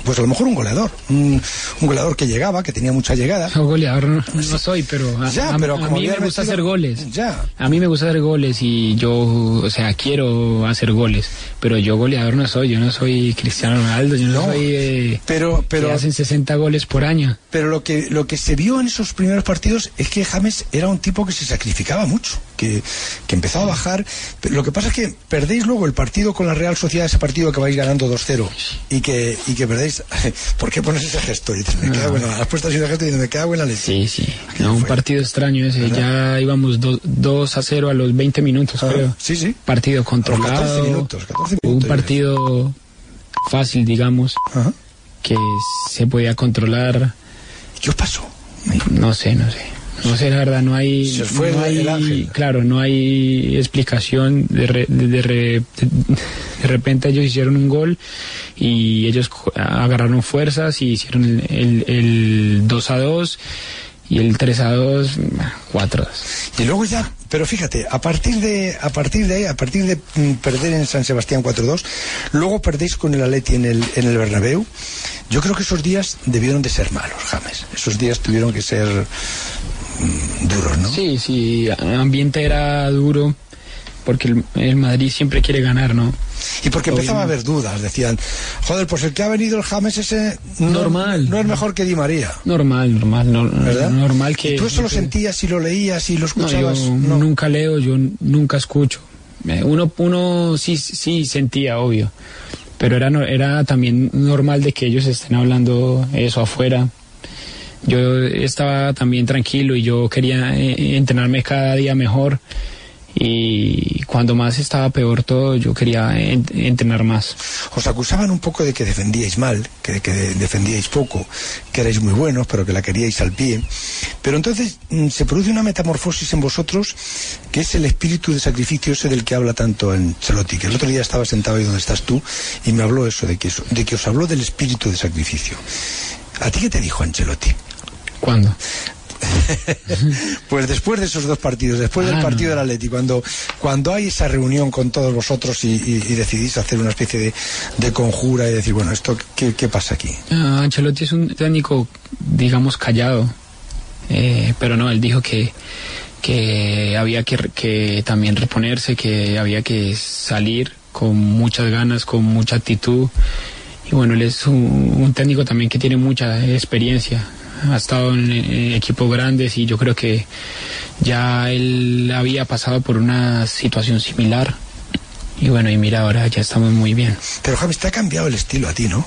S1: Pues a lo mejor un goleador, un, un, goleador que llegaba, que tenía mucha llegada.
S2: No, goleador no, no soy, pero a, ya, a, pero a, a mí me gusta metido, hacer goles.
S1: Ya.
S2: A mí me gusta hacer goles y yo, o sea, quiero hacer goles, pero yo goleador no soy, yo no soy Cristiano Ronaldo, yo no, no soy eh,
S1: pero, pero,
S2: que hacen 60 goles por año.
S1: Pero lo que, lo que se vio en esos primeros partidos es que James era un tipo que se sacrificaba mucho, que, que empezó a bajar. Lo que pasa es que perdéis luego el partido con la Real Sociedad, ese partido que vais ganando 2-0 y que, y que perdéis (laughs) ¿por qué pones ese gesto? Y me cago en la, has puesto así un gesto y me cago en la leche.
S2: Sí, sí. No, un partido extraño ese. ¿verdad? Ya íbamos 2 do, a 0 a los 20 minutos, ah, creo.
S1: Sí, sí.
S2: Partido controlado.
S1: 14 minutos, 14 minutos,
S2: un partido fácil, digamos, Ajá. que se podía controlar.
S1: ¿Qué os pasó?
S2: No sé, no sé. No sé, la verdad, no hay.
S1: Se fue
S2: no
S1: el hay, ángel.
S2: Claro, no hay explicación. De, re, de, re, de, repente ellos hicieron un gol y ellos agarraron fuerzas y hicieron el, el, el 2 a 2 y el 3 a 2, 4 a 2.
S1: Y luego ya, pero fíjate, a partir de, a partir de ahí, a partir de mm, perder en San Sebastián 4 a 2, luego perdéis con el Atleti en el, en el Bernabéu. Yo creo que esos días debieron de ser malos, James. Esos días tuvieron que ser mm, duros, ¿no?
S2: Sí, sí, el ambiente era duro porque el, el Madrid siempre quiere ganar, ¿no?
S1: Y porque empezaba Obviamente. a haber dudas, decían, joder, pues el que ha venido el James ese no,
S2: normal,
S1: no es mejor que Di María.
S2: Normal, normal, no,
S1: ¿verdad?
S2: normal que...
S1: ¿Y ¿Tú eso lo sentías y lo leías y lo escuchabas?
S2: No, yo no. nunca leo, yo nunca escucho. Uno, uno sí, sí sentía, obvio, pero era, era también normal de que ellos estén hablando eso afuera yo estaba también tranquilo y yo quería eh, entrenarme cada día mejor y cuando más estaba peor todo yo quería entrenar más.
S1: Os acusaban un poco de que defendíais mal, que, que defendíais poco, que erais muy buenos pero que la queríais al pie. Pero entonces mm, se produce una metamorfosis en vosotros que es el espíritu de sacrificio ese del que habla tanto en Celotti, que el otro día estaba sentado ahí donde estás tú y me habló eso, de que, eso, de que os habló del espíritu de sacrificio. ¿A ti qué te dijo Ancelotti?
S2: ¿Cuándo?
S1: (laughs) pues después de esos dos partidos, después ah, del partido no. del Atleti, cuando, cuando hay esa reunión con todos vosotros y, y, y decidís hacer una especie de, de, conjura y decir, bueno, esto ¿qué, qué pasa aquí?
S2: Ah, Ancelotti es un técnico, digamos, callado, eh, pero no, él dijo que, que había que, que también reponerse, que había que salir con muchas ganas, con mucha actitud. Y bueno, él es un, un, técnico también que tiene mucha experiencia. Ha estado en, en, equipos grandes y yo creo que ya él había pasado por una situación similar. Y bueno, y mira, ahora ya estamos muy bien.
S1: Pero James, te ha cambiado el estilo a ti, ¿no?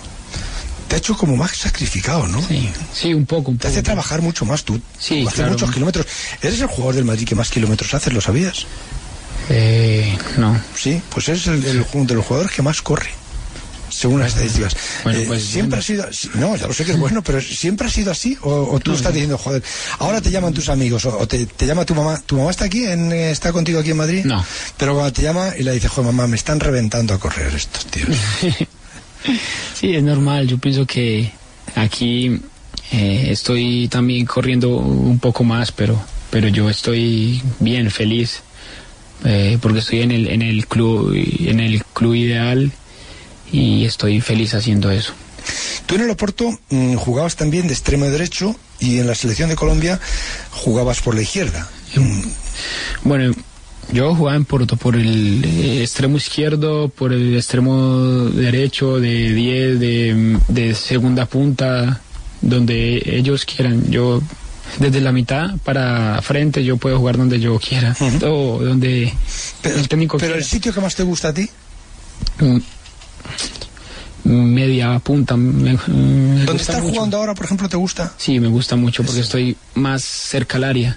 S1: Te ha hecho como más sacrificado, ¿no?
S2: Sí, sí un poco, un poco.
S1: Te hace trabajar mucho más tú.
S2: Sí,
S1: hace
S2: claro.
S1: muchos kilómetros. ¿Eres el jugador del Madrid que más kilómetros haces? ¿Lo sabías?
S2: Eh, no.
S1: Sí, pues eres el, el, el de los jugadores que más corre según las estadísticas.
S2: Bueno, pues,
S1: eh, siempre bueno. ha sido, no, ya lo sé que es bueno, pero siempre ha sido así. O, o tú no, estás diciendo, joder, ahora te llaman tus amigos, o, o te, te, llama tu mamá. ¿Tu mamá está aquí, en, está contigo aquí en Madrid?
S2: No.
S1: Pero cuando te llama y le dices, joder, mamá, me están reventando a correr estos tíos.
S2: (laughs) sí, es normal. Yo pienso que aquí eh, estoy también corriendo un poco más, pero, pero yo estoy bien, feliz. Eh, porque estoy en el, en el club en el club ideal y estoy feliz haciendo eso.
S1: Tú en el Oporto mmm, jugabas también de extremo derecho y en la selección de Colombia jugabas por la izquierda.
S2: Bueno, yo jugaba en Porto por el eh, extremo izquierdo, por el extremo derecho, de 10, de, de, segunda punta, donde ellos quieran. Yo desde la mitad para frente yo puedo jugar donde yo quiera uh -huh. o donde
S1: pero,
S2: el técnico
S1: pero
S2: quiera.
S1: el sitio que más te gusta a ti
S2: Mm, media punta me, me
S1: ¿Dónde estás mucho. jugando ahora por ejemplo te gusta
S2: sí me gusta mucho porque estoy más cerca al área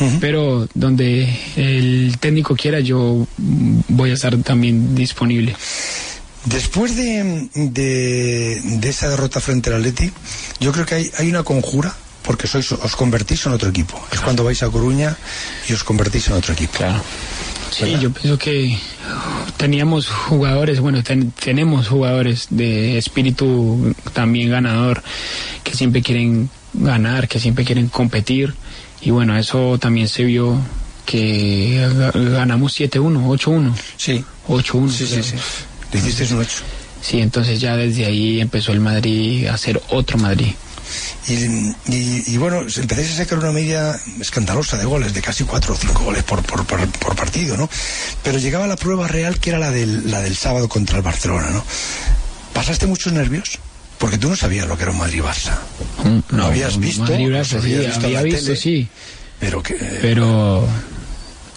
S2: uh -huh. pero donde el técnico quiera yo voy a estar también disponible
S1: Después de, de, de esa derrota frente al Atleti, yo creo que hay, hay una conjura porque sois, os convertís en otro equipo. Claro. Es cuando vais a Coruña y os convertís en otro equipo.
S2: Claro. Sí, ¿verdad? yo pienso que teníamos jugadores, bueno, ten, tenemos jugadores de espíritu también ganador, que siempre quieren ganar, que siempre quieren competir. Y bueno, eso también se vio que ganamos 7-1, 8-1.
S1: Sí.
S2: 8-1.
S1: Sí, sí, sí. Entonces, un 8.
S2: Sí, entonces ya desde ahí empezó el Madrid a ser otro Madrid.
S1: Y, y, y, bueno, empezáis a sacar una media escandalosa de goles, de casi cuatro o cinco goles por, por, por, por, partido, ¿no? Pero llegaba la prueba real que era la del, la del sábado contra el Barcelona, ¿no? ¿Pasaste muchos nervios? Porque tú no sabías lo que era un Madrid-Barça.
S2: No,
S1: no, habías visto.
S2: Madrid-Barça, sí, visto había visto, tele, sí.
S1: Pero, que, eh,
S2: pero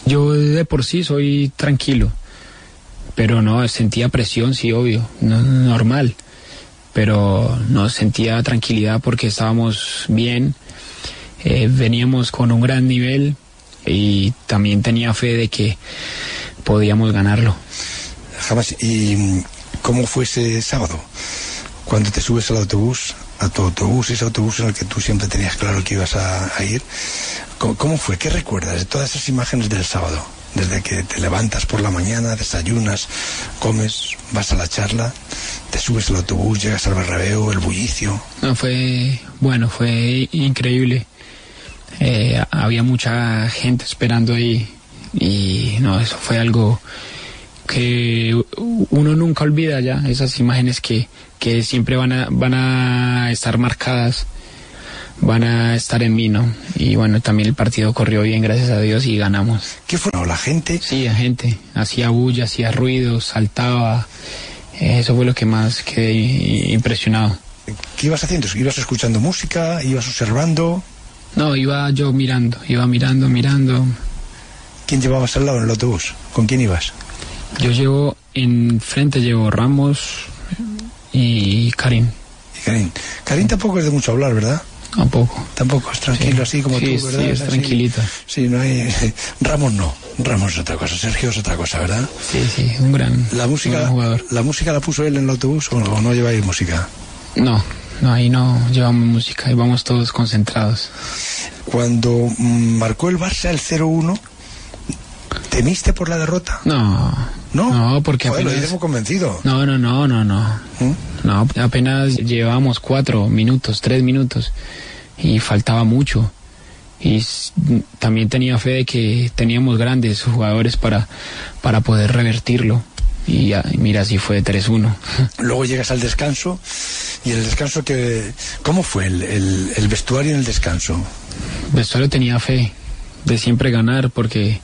S2: yo de por sí soy tranquilo. Pero no, sentía presión, sí, obvio. No, normal pero no sentía tranquilidad porque estábamos bien, eh, veníamos con un gran nivel y también tenía fe de que podíamos ganarlo.
S1: Jamás, ¿y cómo fue ese sábado? Cuando te subes al autobús, a tu autobús, ese autobús en el que tú siempre tenías claro que ibas a, a ir, ¿cómo, ¿cómo fue? ¿Qué recuerdas de todas esas imágenes del sábado? desde que te levantas por la mañana, desayunas, comes, vas a la charla, te subes al autobús, llegas al Barrabeo, el bullicio.
S2: No, fue, bueno, fue increíble. Eh, había mucha gente esperando ahí y no, eso fue algo que uno nunca olvida ya, esas imágenes que, que siempre van a, van a estar marcadas van a estar en mí, ¿no? Y bueno, también el partido corrió bien, gracias a Dios, y ganamos.
S1: ¿Qué fue? ¿La gente?
S2: Sí, la gente. Hacía bulla, hacía ruido, saltaba. Eso fue lo que más quedé impresionado.
S1: ¿Qué ibas haciendo? ¿Ibas escuchando música? ¿Ibas observando?
S2: No, iba yo mirando, iba mirando, mirando.
S1: ¿Quién llevabas al lado en el autobús? ¿Con quién ibas?
S2: Yo llevo, en frente llevo Ramos y Karim.
S1: Y Karim. Karim tampoco es de mucho hablar, ¿verdad?
S2: Tampoco.
S1: Tampoco es tranquilo sí. así como
S2: sí,
S1: tú, ¿verdad?
S2: Sí, es tranquilito.
S1: Sí, no hay... (laughs) Ramos no. Ramos es otra cosa. Sergio es otra cosa, ¿verdad?
S2: Sí, sí, un gran,
S1: la música,
S2: un gran jugador.
S1: ¿La música la puso él en el autobús o no, no lleváis música?
S2: No, no, ahí no llevamos música, ahí vamos todos concentrados.
S1: Cuando mm, marcó el Barça el 0-1, ¿temiste por la derrota?
S2: No.
S1: ¿No?
S2: No, porque
S1: Joder,
S2: apenas...
S1: lo convencido.
S2: No, no, no, no, no. ¿Mm? No, apenas llevábamos cuatro minutos, tres minutos y faltaba mucho. Y también tenía fe de que teníamos grandes jugadores para, para poder revertirlo. Y ya, mira, si fue (laughs) 3-1.
S1: Luego llegas al descanso. ¿Y el descanso que ¿Cómo fue el, el, el vestuario en el descanso?
S2: El vestuario Pues tenía fe de siempre ganar porque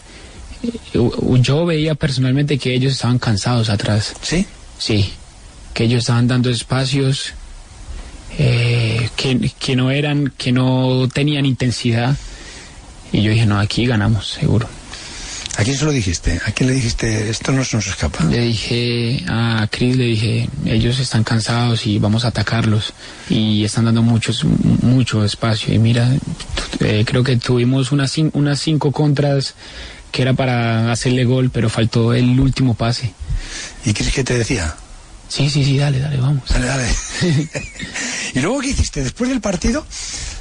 S2: eh, yo veía personalmente que ellos estaban cansados atrás.
S1: ¿Sí?
S2: Sí que ellos estaban dando espacios eh, que, que, no eran, que no tenían intensidad. Y yo dije, no, aquí ganamos, seguro.
S1: ¿A quién se lo dijiste? ¿A quién le dijiste, esto no se nos escapa?
S2: Le dije a Chris, le dije, ellos están cansados y vamos a atacarlos. Y están dando muchos, mucho espacio. Y mira, eh, creo que tuvimos unas, unas cinco contras que era para hacerle gol, pero faltó el último pase.
S1: ¿Y Chris qué te decía?
S2: Sí, sí, sí, dale, dale, vamos.
S1: Dale,
S2: (laughs)
S1: dale. ¿Y luego qué hiciste? Después del partido,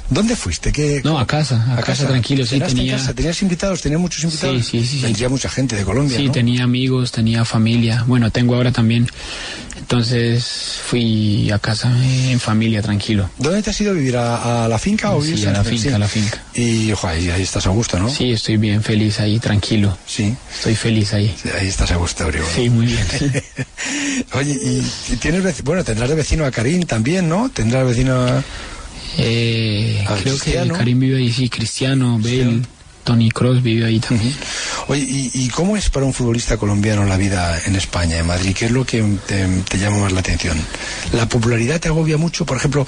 S1: ¿dónde fuiste? ¿Qué,
S2: no, a casa, a, a casa, casa, tranquilo, sí. Tenía...
S1: En casa? ¿Tenías invitados? ¿Tenías muchos invitados?
S2: Sí, sí, sí.
S1: Tenía
S2: sí.
S1: mucha gente de Colombia,
S2: Sí,
S1: ¿no?
S2: tenía amigos, tenía familia. Bueno, tengo ahora también. Entonces fui a casa eh, en familia, tranquilo.
S1: ¿Dónde te has ido a vivir? ¿A, a la finca o
S2: sí,
S1: vives
S2: a la
S1: en
S2: finca, a la finca.
S1: Y, ojo, ahí, ahí, estás a gusto, ¿no?
S2: Sí, estoy bien, feliz ahí, tranquilo.
S1: Sí.
S2: Estoy feliz ahí.
S1: Sí, ahí estás a gusto, Aurelio.
S2: Sí, muy (laughs) bien.
S1: (laughs) Oye, y tienes, bueno, tendrás de vecino a Karim también, ¿no? Tendrás de vecino a...
S2: Eh, creo Cristiano? que Karim vive ahí, sí, Cristiano, Bale, sí. Tony Cross vive ahí también.
S1: Uh -huh. Oye, ¿y, ¿y, cómo es para un futbolista colombiano la vida en España, en Madrid? ¿Qué es lo que te, te, llama más la atención? ¿La popularidad te agobia mucho? Por ejemplo,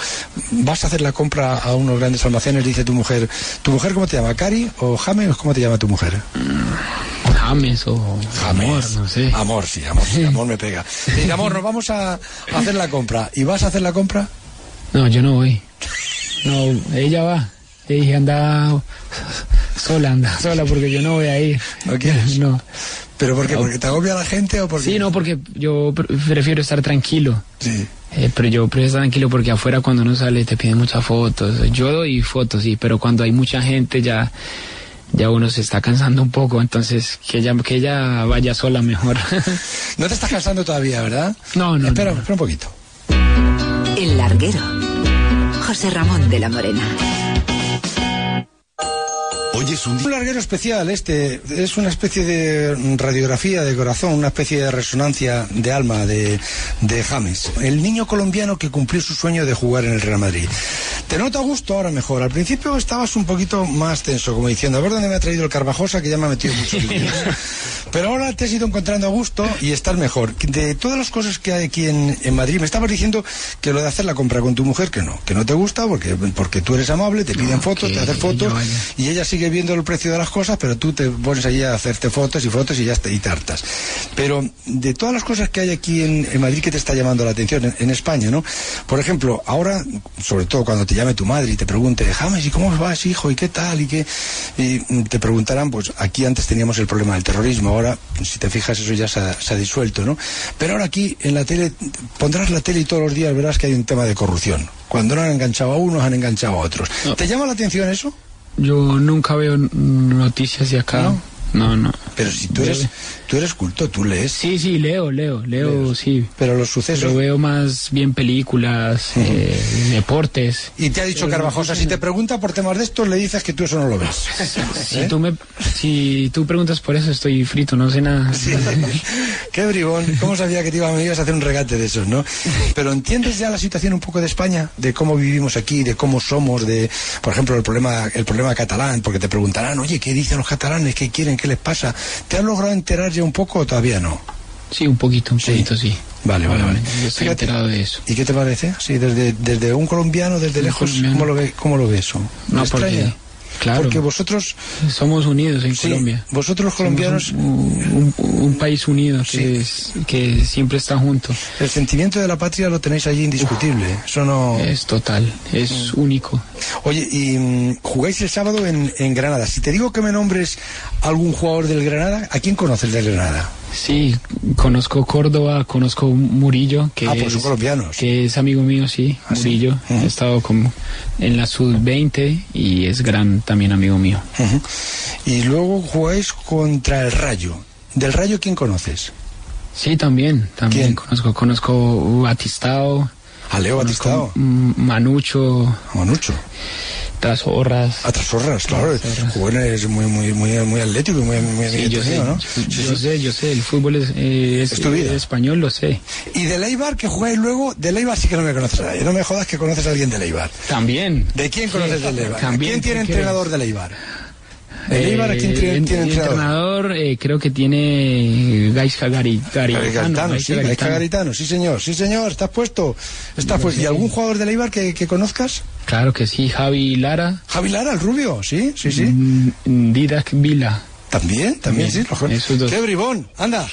S1: vas a hacer la compra a unos grandes almacenes, dice tu mujer, ¿tu mujer cómo te llama? ¿Cari o James? ¿Cómo te llama tu mujer?
S2: James o James. Amor, no sé.
S1: Amor, sí, amor, sí, amor me pega. Dice, amor, nos vamos a, a hacer la compra. ¿Y vas a hacer la compra?
S2: No, yo no voy. No, ella va. Le dije, anda sola, anda sola, porque yo no voy a ir. (laughs)
S1: ¿No quieres? No. ¿Pero por qué? ¿Porque te agobia la gente o porque...?
S2: Pues Sí, no, porque yo prefiero estar tranquilo.
S1: Sí.
S2: Eh, pero yo prefiero estar tranquilo porque afuera cuando uno sale te piden muchas fotos. Yo doy fotos, sí, pero cuando hay mucha gente ya... Ya uno se está cansando un poco, entonces que ella, que ella vaya sola mejor. (laughs)
S1: no te estás cansando todavía, ¿verdad?
S2: No, no.
S1: Espera,
S2: no.
S1: espera un poquito.
S3: El larguero. José Ramón de la Morena.
S1: Hoy es un... un... larguero especial este, es una especie de radiografía de corazón, una especie de resonancia de alma de, de, James, el niño colombiano que cumplió su sueño de jugar en el Real Madrid. Te noto a gusto ahora mejor, al principio estabas un poquito más tenso, como diciendo, a ver dónde me ha traído el Carvajosa que ya me ha metido mucho (laughs) Pero ahora te has ido encontrando a gusto y estás mejor. De todas las cosas que hay aquí en, en, Madrid, me estabas diciendo que lo de hacer la compra con tu mujer, que no, que no te gusta porque, porque tú eres amable, te piden no, fotos, te hacen fotos no, y ella sigue sigue viendo el precio de las cosas, pero tú te pones allí a hacerte fotos y fotos y ya te y tartas. Pero de todas las cosas que hay aquí en, en Madrid que te está llamando la atención, en, en, España, ¿no? Por ejemplo, ahora, sobre todo cuando te llame tu madre y te pregunte, James, ¿y cómo vas, hijo? ¿Y qué tal? ¿Y qué? Y te preguntarán, pues aquí antes teníamos el problema del terrorismo, ahora, si te fijas, eso ya se ha, se ha disuelto, ¿no? Pero ahora aquí en la tele, pondrás la tele y todos los días verás que hay un tema de corrupción. Cuando no han enganchado a unos, han enganchado a otros. No. ¿Te llama la atención eso?
S2: Yo nunca veo noticias de acá. ¿No? No, no.
S1: Pero si tú eres, tú eres culto, tú lees.
S2: Sí, sí, leo, leo, leo, Leos. sí.
S1: Pero los sucesos.
S2: Yo veo más bien películas, uh -huh. eh,
S1: (laughs)
S2: deportes.
S1: Y te ha dicho Pero Carvajosa, no... si te pregunta por temas de estos, le dices que tú eso no lo
S2: (laughs)
S1: ves.
S2: si, ¿Eh? tú me, si tú preguntas por eso, estoy frito, no sé nada. Sí.
S1: Qué bribón, ¿cómo sabía que te ibas, me ibas a hacer un regate de esos, no? Pero ¿entiendes ya la situación un poco de España? De cómo vivimos aquí, de cómo somos, de, por ejemplo, el problema, el problema catalán, porque te preguntarán, oye, ¿qué dicen los catalanes? ¿Qué quieren? qué les pasa. ¿Te has logrado enterar ya un poco o todavía no?
S2: Sí, un poquito, un sí. poquito, sí.
S1: Vale, vale, vale.
S2: Yo estoy Fíjate, enterado de eso.
S1: ¿Y qué te parece? Sí, desde, desde un colombiano, desde un lejos, colombiano. ¿cómo, lo ve, ¿cómo lo ves eso?
S2: No, porque, claro,
S1: porque vosotros...
S2: Somos unidos en
S1: sí,
S2: Colombia.
S1: Vosotros los colombianos...
S2: Un, un, un, país unido que, sí. es, que siempre está junto.
S1: El sentimiento de la patria lo tenéis allí indiscutible. Uf, eso no...
S2: Es total, es mm. único.
S1: Oye, y mm, jugáis el sábado en, en Granada. Si te digo que me nombres algún jugador del Granada, ¿a quién conoces del Granada?
S2: Sí, conozco Córdoba, conozco Murillo, que,
S1: ah,
S2: es,
S1: colombianos.
S2: que es amigo mío, sí, ¿Ah, Murillo. Sí? Uh -huh. He estado como en la sub-20 y es gran también amigo mío.
S1: Uh -huh. Y luego jugáis contra el Rayo. ¿Del Rayo quién conoces?
S2: Sí, también, también ¿Quién? conozco. Conozco Batistao.
S1: A Leo Batistao.
S2: Manucho.
S1: Manucho.
S2: Trasorras.
S1: A Trasorras, claro. Jugadores muy, muy, muy, muy atlético y muy, muy
S2: sí, yo sé, ¿no? Yo, sí, yo sí. sé, yo sé. El fútbol es, eh, es,
S1: ¿Es tu vida?
S2: Eh, español, lo sé.
S1: Y de Leibar, que jugáis luego, de Leibar sí que no me conoces a nadie. No me jodas que conoces a alguien de Leibar.
S2: También.
S1: ¿De quién conoces de Leibar? También, ¿Quién tiene entrenador eres? de Leibar? Eh, Eibar, ¿quién tiene, el, tiene
S2: el
S1: entrenador?
S2: entrenador eh, creo que tiene Gaisca Gari,
S1: Garitano. Gaisca sí, Garitano, sí señor, sí señor, estás puesto. Estás puesto. ¿Y algún jugador del Eibar que, que, conozcas?
S2: Claro que sí, Javi Lara.
S1: Javi Lara, el rubio, sí, sí, sí.
S2: Mm, Didac Vila.
S1: También, también, sí. Los... ¡Qué bribón!
S2: (laughs)
S1: Anda,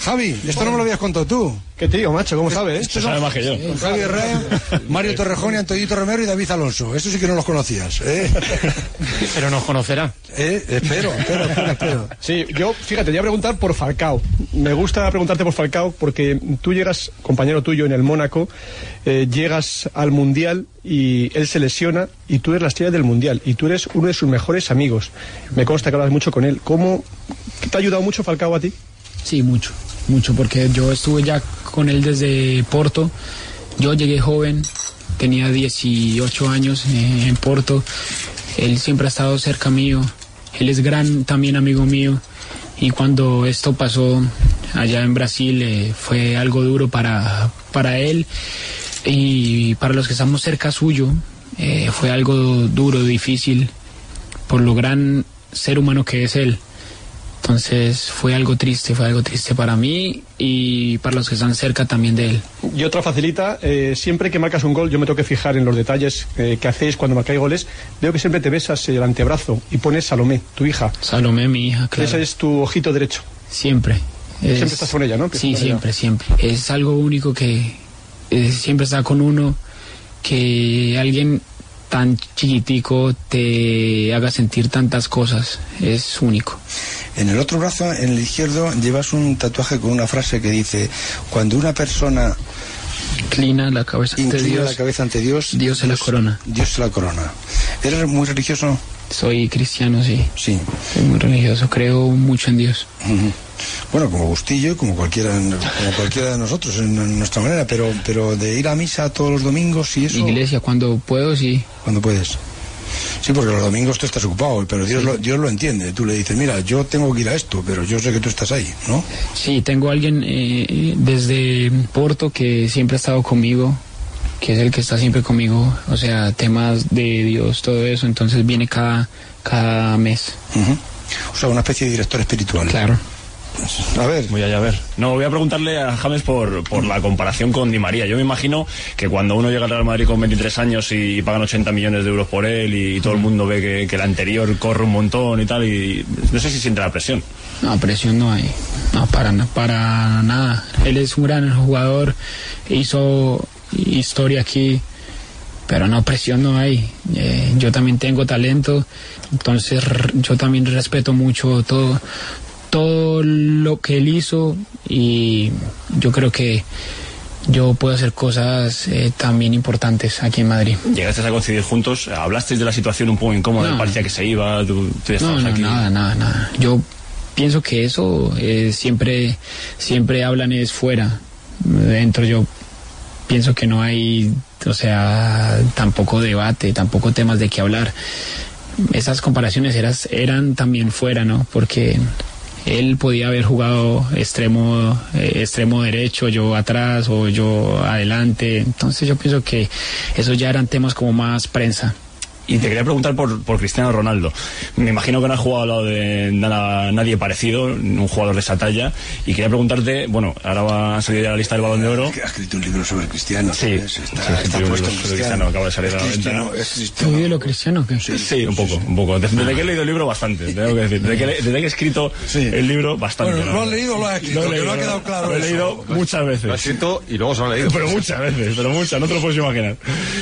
S1: Javi, esto no me lo habías contado tú.
S4: ¿Qué te digo, macho? ¿Cómo sabes?
S5: Esto sabe más que yo.
S1: Javi Herrera, Mario Torrejón, Antoñito Romero y David Alonso. Eso sí que no los conocías. ¿eh?
S5: Pero nos conocerá.
S1: (laughs) Eh, espero, espero, espero, espero,
S4: Sí, yo, fíjate, voy a preguntar por Falcao. Me gusta preguntarte por Falcao porque tú llegas, compañero tuyo en el Mónaco, eh, llegas al Mundial y él se lesiona y tú eres la estrella del Mundial y tú eres uno de sus mejores amigos. Me consta que hablas mucho con él. ¿Cómo te ha ayudado mucho Falcao a ti?
S2: Sí, mucho, mucho, porque yo estuve ya con él desde Porto. Yo llegué joven, tenía 18 años eh, en Porto. Él siempre ha estado cerca mío. Él es gran también amigo mío. Y cuando esto pasó allá en Brasil eh, fue algo duro para, para él y para los que estamos cerca suyo eh, fue algo duro, difícil, por lo gran ser humano que es él. Entonces fue algo triste, fue algo triste para mí y para los que están cerca también de él.
S4: Y otra facilita, eh, siempre que marcas un gol, yo me tengo que fijar en los detalles eh, que hacéis cuando marcáis goles. Veo que siempre te besas eh, el antebrazo y pones Salomé, tu hija.
S2: Salomé, mi hija, claro.
S4: Ese es tu ojito derecho.
S2: Siempre.
S4: Siempre estás con ella, ¿no? Empiezas
S2: Sí,
S4: con ella.
S2: siempre, siempre. Es algo único que eh, siempre está con uno, que alguien tan chiquitico te haga sentir tantas cosas. Es único.
S1: En el otro brazo, en el izquierdo, llevas un tatuaje con una frase que dice, cuando una persona
S2: Inclina la cabeza ante
S1: inclina
S2: Dios.
S1: la cabeza ante Dios,
S2: Dios se la corona.
S1: Dios se la corona. ¿Eres muy religioso?
S2: Soy cristiano, sí.
S1: Sí.
S2: Soy muy religioso. Creo mucho en Dios.
S1: Ujú. Bueno, como Bustillo, y como cualquiera, como cualquiera de nosotros, en, en nuestra manera, pero, pero de ir a misa todos los domingos y eso,
S2: Iglesia, cuando puedo, sí.
S1: cuando puedes. Sí, porque los domingos tú estás ocupado, pero Dios, lo, Dios lo entiende. Tú le dices, mira, yo tengo que ir a esto, pero yo sé que tú estás ahí, ¿no?
S2: Sí, tengo alguien eh, desde Porto que siempre ha estado conmigo, que es el que está siempre conmigo, o sea, temas de Dios, todo eso, entonces viene cada, cada mes,
S1: Ujú. O sea, una especie de director espiritual.
S2: claro.
S1: A ver,
S5: Voy allá a ver. No, voy a preguntarle a James por, por la comparación con Di María. Yo me imagino que cuando uno llega al Real Madrid con 23 años y pagan 80 millones de euros por él y todo el mundo ve que, que el anterior corre un montón y tal, y no sé si siente la presión.
S2: No, presión no hay, no, para, na- para nada. Él es un gran jugador, hizo historia aquí, pero no, presión no hay. Eh, yo también tengo talento, entonces r- yo también respeto mucho todo, todo lo que él hizo y yo creo que yo puedo hacer cosas eh, también importantes aquí en Madrid.
S5: Llegasteis a coincidir juntos, hablasteis de la situación un poco incómoda,
S2: No.
S5: parecía que se iba, tú, tú ya
S2: No,
S5: estabas
S2: no,
S5: aquí.
S2: nada, nada, nada. Yo pienso que eso eh, siempre, siempre hablan es fuera. Dentro yo pienso que no hay, o sea, tampoco debate, tampoco temas de qué hablar. Esas comparaciones eras, eran también fuera, ¿no? Porque él podía haber jugado extremo, eh, extremo derecho, yo atrás o yo adelante. Entonces yo pienso que esos ya eran temas como más prensa.
S5: Y te quería preguntar por, por Cristiano Ronaldo. Me imagino que no has jugado al lado de nada- nadie parecido, un jugador de esa talla. Y quería preguntarte, bueno, ahora va a salir de la lista del balón de oro.
S1: que ha escrito un libro sobre cristiano.
S5: Sí,
S1: ¿sabes? está,
S5: sí,
S1: está
S5: escribió un
S1: puesto
S5: libro
S1: en
S5: sobre Cristiano, acaba de salir a la
S1: Es cristiano,
S5: ventana.
S1: es cristiano.
S2: ¿Tu lo cristiano? que
S5: Sí, un poco, un poco. Desde, desde que he leído el libro, bastante, tengo que decir. Desde que, le- desde que he escrito
S1: Sí.
S5: el libro, bastante.
S1: Bueno,
S5: la
S1: ¿lo has
S5: verdad.
S1: leído o lo has escrito?
S5: he
S1: Que
S5: leído,
S1: no ha quedado claro
S5: Lo he
S1: eso.
S5: leído muchas veces.
S6: Lo has escrito y luego se lo ha leído.
S5: (laughs) Pero muchas veces, pero muchas, no te lo puedes imaginar.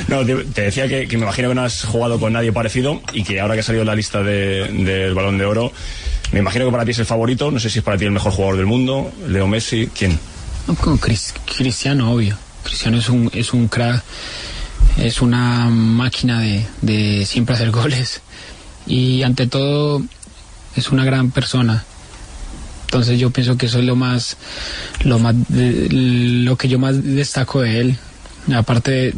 S5: No, te, te decía que, que me imagino que no has jugado con nadie parecido y que ahora que ha salido la lista de- del Balón de Oro, me imagino que para ti es el favorito, no sé si es para ti el mejor jugador del mundo, Leo Messi, ¿quién?
S2: No, con Cris- Cristiano, obvio. Cristiano es un, es un crack, es una máquina de, de siempre hacer (laughs) goles. Y ante todo, es una gran persona. Entonces yo pienso que eso es lo más, lo más, de- lo que yo más destaco de él. Aparte de,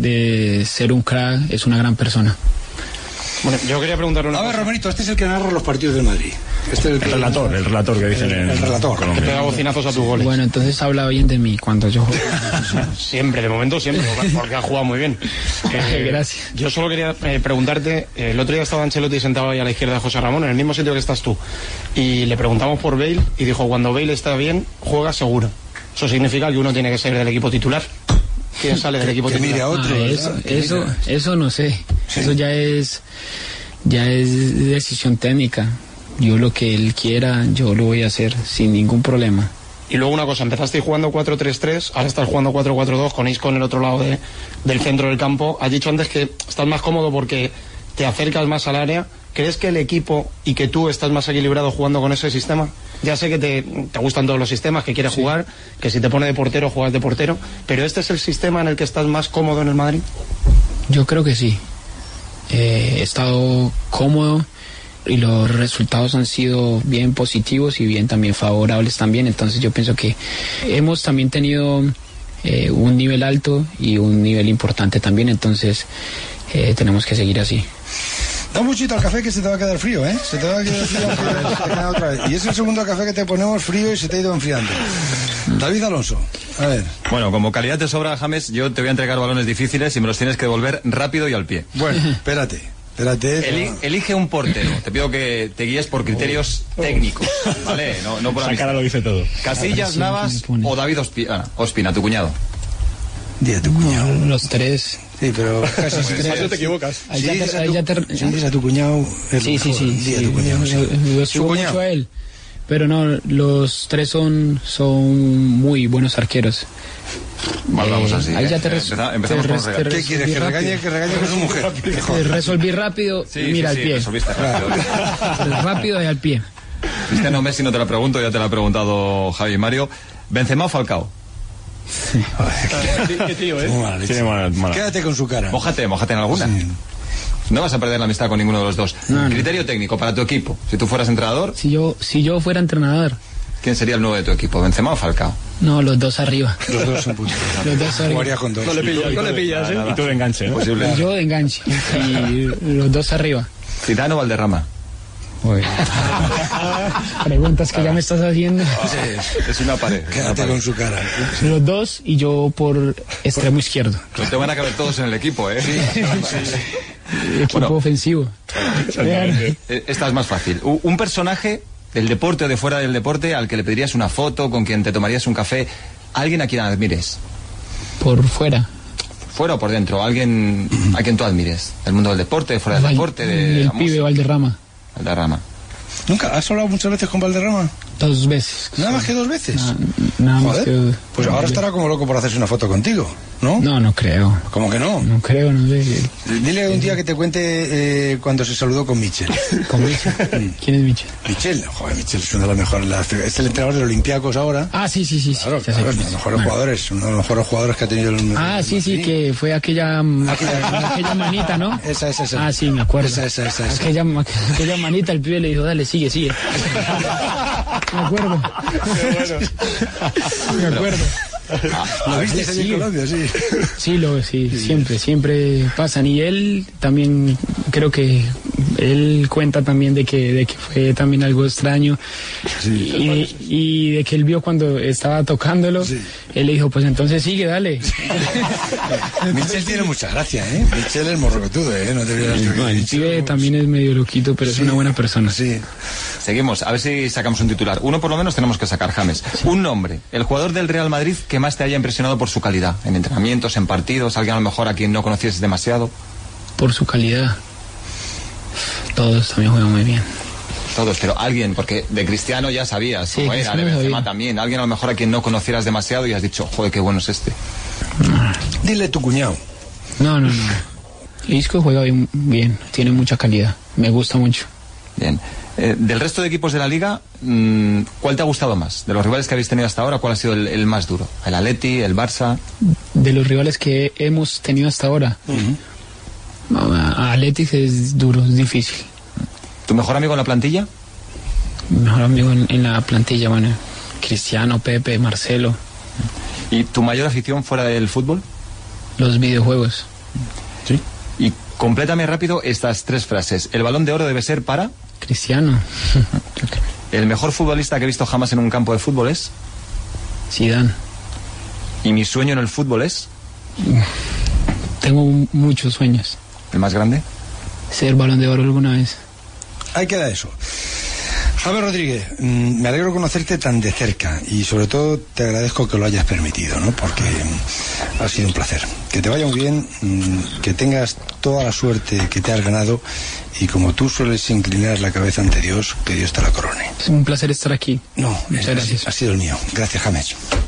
S2: de ser un crack, es una gran persona.
S4: Bueno, yo quería preguntarle una
S1: A ver, Romerito, este es el que narra los partidos del Madrid. Este es el, que-
S5: El relator, el relator que dicen en
S1: El relator.
S4: Te pega
S5: Colombia.
S4: bocinazos a tus goles.
S2: Bueno, entonces habla bien de mí cuando yo juego.
S4: Siempre, de momento
S6: (laughs)
S4: siempre, porque- porque ha jugado muy bien. Eh,
S2: Gracias.
S4: Yo solo quería eh, preguntarte, eh, el otro día estaba Ancelotti sentado ahí a la izquierda de José Ramón, en el mismo sitio que estás tú, y le preguntamos por Bale y dijo, cuando Bale está bien, juega seguro. Eso significa que uno tiene que salir del equipo titular. ¿Quién sale del equipo
S1: que mire a
S4: titular?
S1: otro.
S2: Ah,
S1: ¿verdad?
S2: eso,
S1: Que mire-
S2: eso, eso no sé. Eso ya es, ya es decisión técnica. Yo lo que él quiera, yo lo voy a hacer sin ningún problema.
S4: Y luego una cosa, empezaste jugando 4-3-3, ahora estás jugando 4-4-2 con Isco en el otro lado de- del centro del campo. Has dicho antes que estás más cómodo porque te acercas más al área. ¿Crees que el equipo y que tú estás más equilibrado jugando con ese sistema? Ya sé que te, te gustan todos los sistemas, que quieres jugar, que si te pone de portero juegas de portero, pero este es el sistema en el que estás más cómodo en el Madrid.
S2: Yo creo que sí. Eh, he estado cómodo y los resultados han sido bien positivos y bien también favorables también. Entonces yo pienso que hemos también tenido eh, un nivel alto y un nivel importante también. Entonces eh, tenemos que seguir así.
S5: ¿eh?
S1: Da un buchito al café que se te va a quedar frío, ¿eh? Se te va a quedar frío. aunque te queda otra vez. Y es el segundo café que te ponemos frío y se te ha ido enfriando. David Alonso, a ver.
S6: Bueno, como
S2: (laughs)
S6: calidad te sobra, James, yo te voy a entregar balones difíciles y me los tienes que devolver rápido y al pie.
S1: Bueno, espérate. Espérate.
S6: Eli-
S1: no.
S6: elige un portero. Te pido que te guíes por criterios técnicos, ¿vale? No, no por
S5: Esa
S6: amistad.
S5: cara lo dice todo.
S6: Casillas,
S2: Sí,
S6: Navas
S2: me pone.
S6: o David Ospi- ah, no, Ospina, tu cuñado.
S1: Di a tu cuñado.
S2: Los tres.
S1: Sí, (laughs) pero casi
S4: Pues,
S1: siempre-
S4: más no te equivocas.
S2: Ahí
S1: Si
S2: ya
S1: dices
S2: te-
S1: a
S2: ahí
S1: tu-
S2: ya te-
S1: si dices a tu cuñado. es
S2: Sí,
S1: lo
S2: sí,
S1: mejor.
S2: sí.
S1: Di a
S2: sí,
S1: tu cuñado. sí.
S2: yo- yo- yo sigo
S6: cuñado?
S2: mucho a él. Pero no, los tres son, son muy buenos arqueros.
S6: Vale, vamos así,
S2: Ahí
S6: ¿eh?
S2: ya te res-
S6: Empeza- empezamos
S2: te
S6: por
S2: res- te
S6: regalar.
S1: ¿Qué
S2: resolví
S1: quieres? ¿Que
S2: rápido.
S1: regañe, que regañe con su mujer?
S2: Te resolví rápido y mira al pie.
S6: resolviste rápido.
S2: Rápido y al pie.
S6: Cristiano Messi no te la pregunto, ya te la ha preguntado Javi y Mario. Benzema o Falcao.
S4: Qué tío,
S1: Muy
S4: ¿eh?
S1: mala leche.
S5: Tiene mala- mala-
S1: Quédate con su cara.
S6: Mójate, mójate en alguna. No vas a perder la amistad con ninguno de los dos. Criterio técnico para tu equipo. Si tú fueras entrenador,
S2: Si yo, si yo fuera entrenador,
S6: ¿quién sería el nuevo de tu equipo? ¿Benzema o Falcao?
S2: no, los dos arriba.
S1: Los dos son puntos.
S2: Los dos arriba.
S1: Jugaría con dos.
S4: No le pillas, no le pillas, ¿eh?
S5: Y tú de enganche, ¿no?
S6: Posible.
S2: Yo de enganche. Y los
S1: (laughs)
S2: dos arriba.
S6: Zidane o Valderrama.
S2: Preguntas que ya me estás haciendo.
S6: (laughs)
S1: Ah.
S6: Es una pared. es una
S1: Quédate
S6: pared.
S1: con su cara.
S2: Los dos y yo por extremo izquierdo.
S6: No te van a caber todos en el equipo, ¿eh? (laughs)
S2: Equipo
S6: Bueno.
S2: ofensivo.
S5: Exactamente.
S6: Eh, Esta es más fácil. U- Un personaje del deporte o de fuera del deporte al que le pedirías una foto, con quien te tomarías un café, alguien a quien admires,
S2: Por fuera.
S6: fuera o por dentro, alguien a quien tú admires, del mundo del deporte, fuera del
S2: Val-
S6: deporte, de
S2: el
S6: la
S2: pibe
S6: música,
S2: Valderrama.
S6: Valderrama.
S1: ¿Nunca has hablado muchas veces con Valderrama?
S2: Dos veces.
S1: Nada más que dos veces.
S2: Na- nada más
S1: Pues, Joder,
S2: que-
S1: Pues ahora estará como loco por hacerse una foto contigo, ¿no?
S2: No, no creo.
S1: ¿Cómo que no?
S2: No creo, no sé.
S1: Dile un día que te cuente eh, cuando se saludó con Michel.
S2: Con
S1: Mm.
S2: Michel. ¿Quién es Michel?
S1: Michel, joder, Michel es uno de los mejores. las- Es el entrenador de los Olympiacos ahora.
S2: Ah, sí, sí, sí. sí,
S1: Claro,
S2: ya sé
S1: claro, es
S2: quién
S1: uno
S2: es.
S1: de los mejores
S2: Bueno.
S1: jugadores, uno de los mejores jugadores que ha tenido el
S2: Ah, sí, sí, que fue aquella, mm, aquella, aquella manita, ¿no?
S1: Esa, esa, esa.
S2: Ah, sí, me acuerdo.
S1: Esa, esa, esa, esa.
S2: Aquella, aquella manita, el pibe le dijo, dale,
S1: (laughs)
S2: sigue, sigue. Me acuerdo. Me acuerdo.
S1: ¿Lo viste
S2: sí,
S1: allí en
S2: sí.
S1: Colombia?
S2: (laughs)
S1: Sí.
S2: Sí, lo, sí, siempre, siempre pasan. Y él también, creo que él cuenta también de que, de que fue también algo extraño. y, de, y de que él vio cuando estaba tocándolo, él le dijo, pues entonces sigue, dale.
S1: Michel tiene mucha gracia, ¿eh? Michel es morrocotudo, ¿eh? No te olvides de
S2: No, (laughs) el
S1: Michel.
S2: pibe también es medio loquito, pero es una buena persona.
S1: Sí.
S6: Seguimos, a ver si sacamos un titular. Uno por lo menos tenemos que sacar, James. Un nombre, el jugador del Real Madrid que más te haya impresionado por su calidad, en entrenamientos, en partidos, alguien a lo mejor a quien no conocieses demasiado.
S2: Por su calidad. Todos también juegan muy bien.
S6: Todos, pero alguien, porque de Cristiano ya sabías
S2: Sí,
S6: cómo era, de
S2: Cristiano
S6: Benzema
S2: sabía.
S6: también. Alguien a lo mejor a quien no conocieras demasiado y has dicho, joder, qué bueno es este.
S1: Dile tu cuñado.
S2: No, no, no. Isco juega bien, bien, tiene mucha calidad. Me gusta mucho.
S6: Bien. Eh, del resto de equipos de la liga, mm, ¿cuál te ha gustado más? De los rivales que habéis tenido hasta ahora, ¿cuál ha sido el, el más duro? ¿El Atleti, el Barça?
S2: De los rivales que hemos tenido hasta ahora, a- a Athletic es duro, es difícil.
S6: ¿Tu mejor amigo en la plantilla?
S2: Mi Mejor amigo en, en la plantilla, bueno, Cristiano, Pepe, Marcelo,
S6: ¿Y tu mayor afición fuera del fútbol?
S2: los videojuegos.
S6: Y complétame rápido estas tres frases. El balón de oro debe ser para...
S2: Cristiano, (laughs)
S6: El mejor futbolista que he visto jamás en un campo de fútbol es...
S2: Zidane.
S6: Y mi sueño en el fútbol es...
S2: Tengo m- muchos sueños.
S6: El más grande.
S2: Ser balón de oro alguna vez.
S1: Ahí queda eso. Javier Rodríguez, mm, me alegro conocerte tan de cerca y sobre todo te agradezco que lo hayas permitido, ¿no? Porque mm, ha sido un placer. Que te vaya muy bien, mm, que tengas toda la suerte que te has ganado y como tú sueles inclinar la cabeza ante Dios, que Dios te la corone.
S2: Es un placer estar aquí.
S1: No,
S2: Muchas
S1: es-
S2: gracias.
S1: ha sido el mío. Gracias, James.